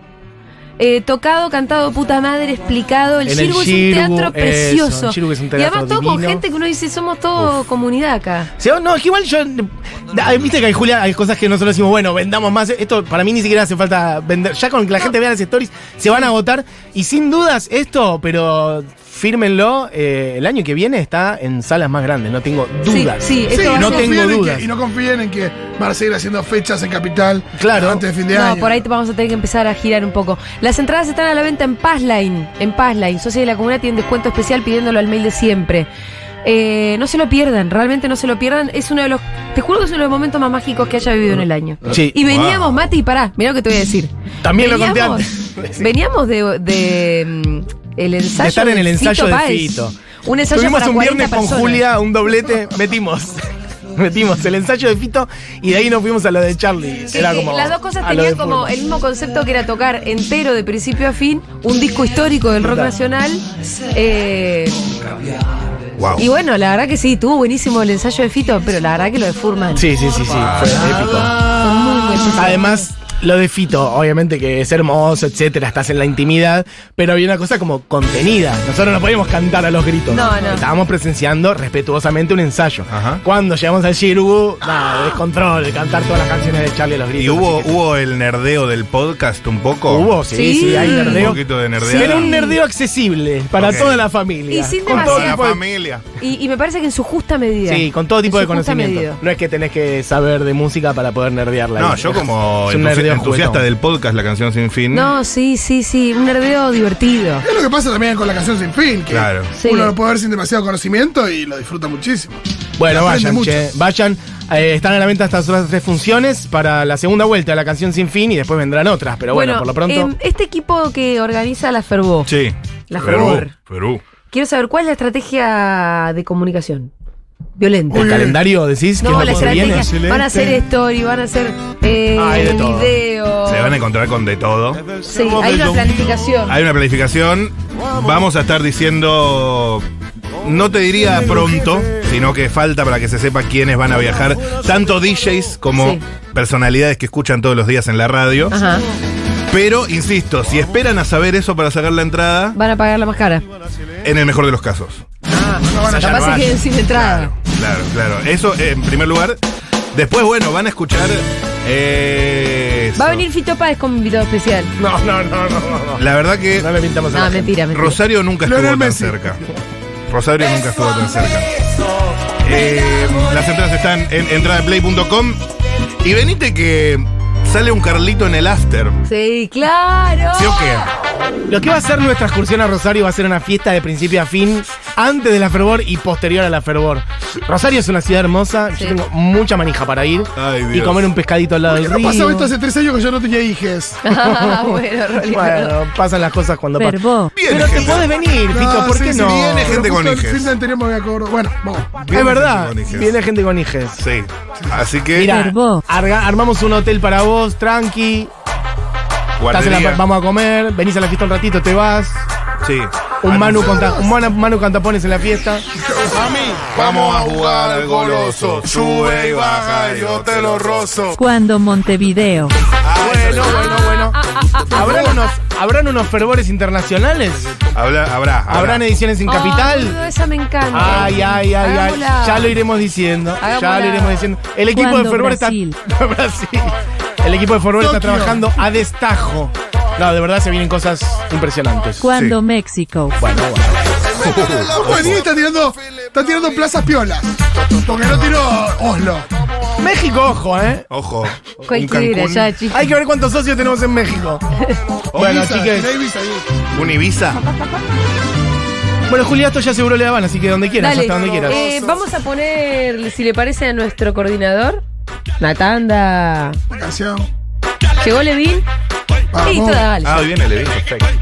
[SPEAKER 2] Eh, tocado, cantado, puta madre, explicado. El
[SPEAKER 1] En el
[SPEAKER 2] Shirgu es un
[SPEAKER 1] Shirgu,
[SPEAKER 2] teatro
[SPEAKER 1] eso,
[SPEAKER 2] precioso.
[SPEAKER 1] el Shirgu es un
[SPEAKER 2] y
[SPEAKER 1] teatro
[SPEAKER 2] además todo con
[SPEAKER 1] divino.
[SPEAKER 2] gente que uno dice, somos todo comunidad acá.
[SPEAKER 1] Sí, no, es que igual yo. da- Viste que hay Julia, hay cosas que nosotros decimos, bueno, vendamos más. Esto para mí ni siquiera hace falta vender. Ya con que la gente vea las stories, se van a agotar. Y sin dudas, esto, pero fírmenlo, eh, el año que viene está en salas más grandes, no tengo dudas.
[SPEAKER 2] Sí, sí, esto
[SPEAKER 4] Sí,
[SPEAKER 2] va
[SPEAKER 4] y
[SPEAKER 2] a
[SPEAKER 4] no
[SPEAKER 2] ser-
[SPEAKER 1] tengo
[SPEAKER 4] confíen en que-
[SPEAKER 1] dudas.
[SPEAKER 4] y no confíen en que van a seguir haciendo fechas en Capital
[SPEAKER 1] Claro.
[SPEAKER 4] antes de fin de
[SPEAKER 2] No,
[SPEAKER 4] año.
[SPEAKER 2] por ahí te vamos a tener que empezar a girar un poco. Las entradas están a la venta en Passline. En Passline. Socios de la comunidad tienen descuento especial pidiéndolo al mail de siempre. Eh, no se lo pierdan, realmente no se lo pierdan. Es uno de los. Te juro que es uno de los momentos más mágicos que haya vivido en el año.
[SPEAKER 1] Sí.
[SPEAKER 2] Y veníamos, Mati, pará, mirá lo que te voy a decir.
[SPEAKER 1] También lo conté
[SPEAKER 2] Veníamos- [laughs] Veníamos de. de, mm, el ensayo
[SPEAKER 1] De estar en el
[SPEAKER 2] de
[SPEAKER 1] ensayo de
[SPEAKER 2] Páez.
[SPEAKER 1] Fito.
[SPEAKER 2] Un ensayo
[SPEAKER 1] Tuvimos
[SPEAKER 2] para
[SPEAKER 1] un
[SPEAKER 2] 40
[SPEAKER 1] viernes con
[SPEAKER 2] personas.
[SPEAKER 1] Julia, un doblete, [laughs] metimos. Metimos el ensayo de Fito y de ahí nos fuimos a lo de Charlie.
[SPEAKER 2] Que-
[SPEAKER 1] Era
[SPEAKER 2] que
[SPEAKER 1] como,
[SPEAKER 2] las dos cosas
[SPEAKER 1] a lo
[SPEAKER 2] tenían
[SPEAKER 1] de
[SPEAKER 2] como
[SPEAKER 1] Furman.
[SPEAKER 2] el mismo concepto que era tocar entero de principio a fin un disco histórico del rock
[SPEAKER 1] Total.
[SPEAKER 2] nacional. Eh,
[SPEAKER 3] Wow.
[SPEAKER 2] y bueno, la verdad que sí, estuvo buenísimo el ensayo de Fito, pero la verdad que lo de Furman.
[SPEAKER 1] Sí, sí, sí, sí. Fue épico.
[SPEAKER 2] fue muy buen ensayo.
[SPEAKER 1] Además, lo de Fito, obviamente que es hermoso, etcétera, estás en la intimidad, pero había una cosa como contenida. Nosotros no podíamos cantar a los gritos.
[SPEAKER 2] No, no.
[SPEAKER 1] Estábamos presenciando respetuosamente un ensayo.
[SPEAKER 3] Ajá.
[SPEAKER 1] Cuando llegamos al Shirugu, nada, descontrol, cantar todas las canciones de Charlie a los gritos.
[SPEAKER 3] ¿Y hubo,
[SPEAKER 1] así que-
[SPEAKER 3] hubo el nerdeo del podcast un poco?
[SPEAKER 1] Hubo, sí, sí,
[SPEAKER 2] Sí.
[SPEAKER 1] hay
[SPEAKER 2] Un
[SPEAKER 3] Un
[SPEAKER 1] nerdeo.
[SPEAKER 3] poquito de nerdeo.
[SPEAKER 1] Pero un nerdeo accesible para
[SPEAKER 3] Ok.
[SPEAKER 1] toda la familia.
[SPEAKER 2] Y sin
[SPEAKER 1] con todo
[SPEAKER 3] Toda la
[SPEAKER 2] demasiado-
[SPEAKER 1] tipo de-
[SPEAKER 3] familia.
[SPEAKER 2] Y, y me parece que en su justa medida.
[SPEAKER 1] Sí, con todo tipo
[SPEAKER 2] En
[SPEAKER 1] de
[SPEAKER 2] su justa
[SPEAKER 1] conocimiento.
[SPEAKER 2] medida.
[SPEAKER 1] No es que tenés que saber de música para poder nerdearla.
[SPEAKER 3] No,
[SPEAKER 1] Es-
[SPEAKER 3] yo como
[SPEAKER 1] [laughs] es un
[SPEAKER 3] entusi-
[SPEAKER 1] nerdeo
[SPEAKER 3] entusiasta
[SPEAKER 1] juguetón.
[SPEAKER 3] del podcast La Canción Sin
[SPEAKER 1] Mm.
[SPEAKER 3] Fin.
[SPEAKER 2] No, sí, sí, sí, un nerdeo divertido.
[SPEAKER 4] Es lo que pasa también con la canción Sin Fin, que
[SPEAKER 3] Claro.
[SPEAKER 2] Sí.
[SPEAKER 4] uno lo puede ver sin demasiado conocimiento y lo disfruta muchísimo.
[SPEAKER 1] Bueno,
[SPEAKER 4] Y aprende
[SPEAKER 1] vayan,
[SPEAKER 4] mucho.
[SPEAKER 1] che, vayan. Eh, están a la venta estas otras tres funciones para la segunda vuelta de la canción sin fin y después vendrán otras. Pero bueno, por lo pronto.
[SPEAKER 2] em, este equipo que organiza la Fervó,
[SPEAKER 3] Sí.
[SPEAKER 2] La
[SPEAKER 3] Perú.
[SPEAKER 2] Fervor.
[SPEAKER 3] Perú.
[SPEAKER 2] quiero saber cuál es la estrategia de comunicación violenta.
[SPEAKER 1] ¿El calendario decís?
[SPEAKER 2] No,
[SPEAKER 1] que
[SPEAKER 2] la
[SPEAKER 1] es lo que
[SPEAKER 2] estrategia.
[SPEAKER 1] viene?
[SPEAKER 2] Van a hacer story, van a hacer eh,
[SPEAKER 1] Hay de todo.
[SPEAKER 2] video.
[SPEAKER 3] Se van a encontrar con de todo.
[SPEAKER 2] Sí, hay una planificación.
[SPEAKER 3] Hay una planificación. Vamos a estar diciendo. No te diría pronto, sino que falta para que se sepa quiénes van a viajar, tanto DJs como
[SPEAKER 2] Sí.
[SPEAKER 3] personalidades que escuchan todos los días en la radio.
[SPEAKER 2] Ajá.
[SPEAKER 3] Pero, insisto, si esperan a saber eso para sacar la entrada,
[SPEAKER 2] Van a pagar la más cara.
[SPEAKER 3] en el mejor de los casos.
[SPEAKER 2] Ah,
[SPEAKER 3] van a
[SPEAKER 2] capaz
[SPEAKER 3] llamar.
[SPEAKER 2] se queden sin entrada.
[SPEAKER 3] Claro, claro, claro. Eso eh, en primer lugar. Después, bueno, van a escuchar. eh,
[SPEAKER 2] Va a
[SPEAKER 3] eso.
[SPEAKER 2] venir Fito Páez como invitado especial.
[SPEAKER 1] No, no, no, no, no.
[SPEAKER 3] La verdad que
[SPEAKER 1] No le pintamos a
[SPEAKER 2] No,
[SPEAKER 1] la gente.
[SPEAKER 2] mentira, mentira.
[SPEAKER 3] Rosario nunca estuvo
[SPEAKER 4] Lionel
[SPEAKER 3] tan
[SPEAKER 4] Messi.
[SPEAKER 3] cerca. Rosario nunca estuvo tan cerca. Eh, las entradas están en entradeplay.com. Y venite que Sale un Carlito en el after.
[SPEAKER 2] Sí, claro.
[SPEAKER 3] ¿Sí o
[SPEAKER 2] [laughs]
[SPEAKER 3] qué?
[SPEAKER 1] Lo que va a ser nuestra excursión a Rosario va a ser una fiesta de principio a fin, antes de la fervor y posterior a la fervor. Rosario es una ciudad hermosa,
[SPEAKER 2] Sí.
[SPEAKER 1] yo tengo mucha manija para ir
[SPEAKER 3] Ay, Dios.
[SPEAKER 1] y comer un pescadito al lado del
[SPEAKER 4] No
[SPEAKER 1] río.
[SPEAKER 4] pasaba esto hace tres años que yo no
[SPEAKER 1] [laughs]
[SPEAKER 4] tenía hijes.
[SPEAKER 2] Ah, bueno, Rolly.
[SPEAKER 1] Bueno, pasan las cosas cuando pasan.
[SPEAKER 2] Fervó.
[SPEAKER 3] Bien,
[SPEAKER 1] Pero te
[SPEAKER 3] gente.
[SPEAKER 1] puedes venir, Fito, ¿por
[SPEAKER 4] Ah, sí,
[SPEAKER 1] qué
[SPEAKER 4] sí,
[SPEAKER 1] no?
[SPEAKER 4] viene
[SPEAKER 3] gente
[SPEAKER 4] pero
[SPEAKER 3] con
[SPEAKER 4] justo
[SPEAKER 3] hijes.
[SPEAKER 4] El fin de anterior me voy a cobrar. Bueno,
[SPEAKER 3] [laughs]
[SPEAKER 4] vamos.
[SPEAKER 1] Es verdad,
[SPEAKER 3] Viene gente con hijes.
[SPEAKER 1] viene gente con hijes.
[SPEAKER 3] Sí. Así que.
[SPEAKER 1] Mira,
[SPEAKER 2] Fervó.
[SPEAKER 1] arga- armamos un hotel para vos, tranqui. estás en la-
[SPEAKER 3] guardería.
[SPEAKER 1] vamos a comer, venís a la fiesta un ratito, te vas.
[SPEAKER 3] Sí.
[SPEAKER 1] Un
[SPEAKER 3] Vamos.
[SPEAKER 1] Manu, con ta- un Manu, Manu con tapones en la fiesta.
[SPEAKER 3] Vamos a jugar al goloso. Sube y baja, yo te lo rozo. Ah,
[SPEAKER 11] Cuando Montevideo.
[SPEAKER 1] Bueno, bueno, bueno. ¿Habrán unos, ¿habrán unos fervores internacionales?
[SPEAKER 3] Habrá, habrá.
[SPEAKER 1] ¿Habrán ediciones en
[SPEAKER 2] Ay, boludo,
[SPEAKER 1] Capital?
[SPEAKER 2] Oh, esa me encanta.
[SPEAKER 1] Ay, ay, ay, ay.
[SPEAKER 2] Hagámosla.
[SPEAKER 1] Ya lo iremos diciendo. Ya
[SPEAKER 2] Hagámosla.
[SPEAKER 1] lo iremos diciendo. El equipo de
[SPEAKER 11] Cuando
[SPEAKER 1] fervor está. [laughs]
[SPEAKER 11] Brasil.
[SPEAKER 1] Brasil. El equipo de fervor está
[SPEAKER 4] Tokio.
[SPEAKER 1] trabajando a destajo. No, de verdad se vienen cosas impresionantes.
[SPEAKER 11] Cuando México.
[SPEAKER 1] Bueno, bueno.
[SPEAKER 4] Juanín está tirando, está tirando plazas piolas. Porque no tiró Oslo.
[SPEAKER 1] México, ojo, ¿eh?
[SPEAKER 3] Ojo. un
[SPEAKER 2] Cualquiera,
[SPEAKER 3] Cancún,
[SPEAKER 2] ya, chicos.
[SPEAKER 1] Hay que ver cuántos socios tenemos en México. Bueno,
[SPEAKER 4] Ibiza,
[SPEAKER 1] chiques.
[SPEAKER 4] tirá Ibiza ahí.
[SPEAKER 3] Un Ibiza.
[SPEAKER 1] Bueno, Julia, esto ya seguro le daban, así que donde quieras,
[SPEAKER 2] Dale,
[SPEAKER 1] hasta donde quieras.
[SPEAKER 2] eh, vamos a poner, si le parece a nuestro coordinador, una tanda.
[SPEAKER 4] Una canción.
[SPEAKER 2] ¿Llegó Levin?
[SPEAKER 4] Vamos.
[SPEAKER 2] Listo, dale.
[SPEAKER 3] Ah, hoy viene el Ibiza. Perfecto.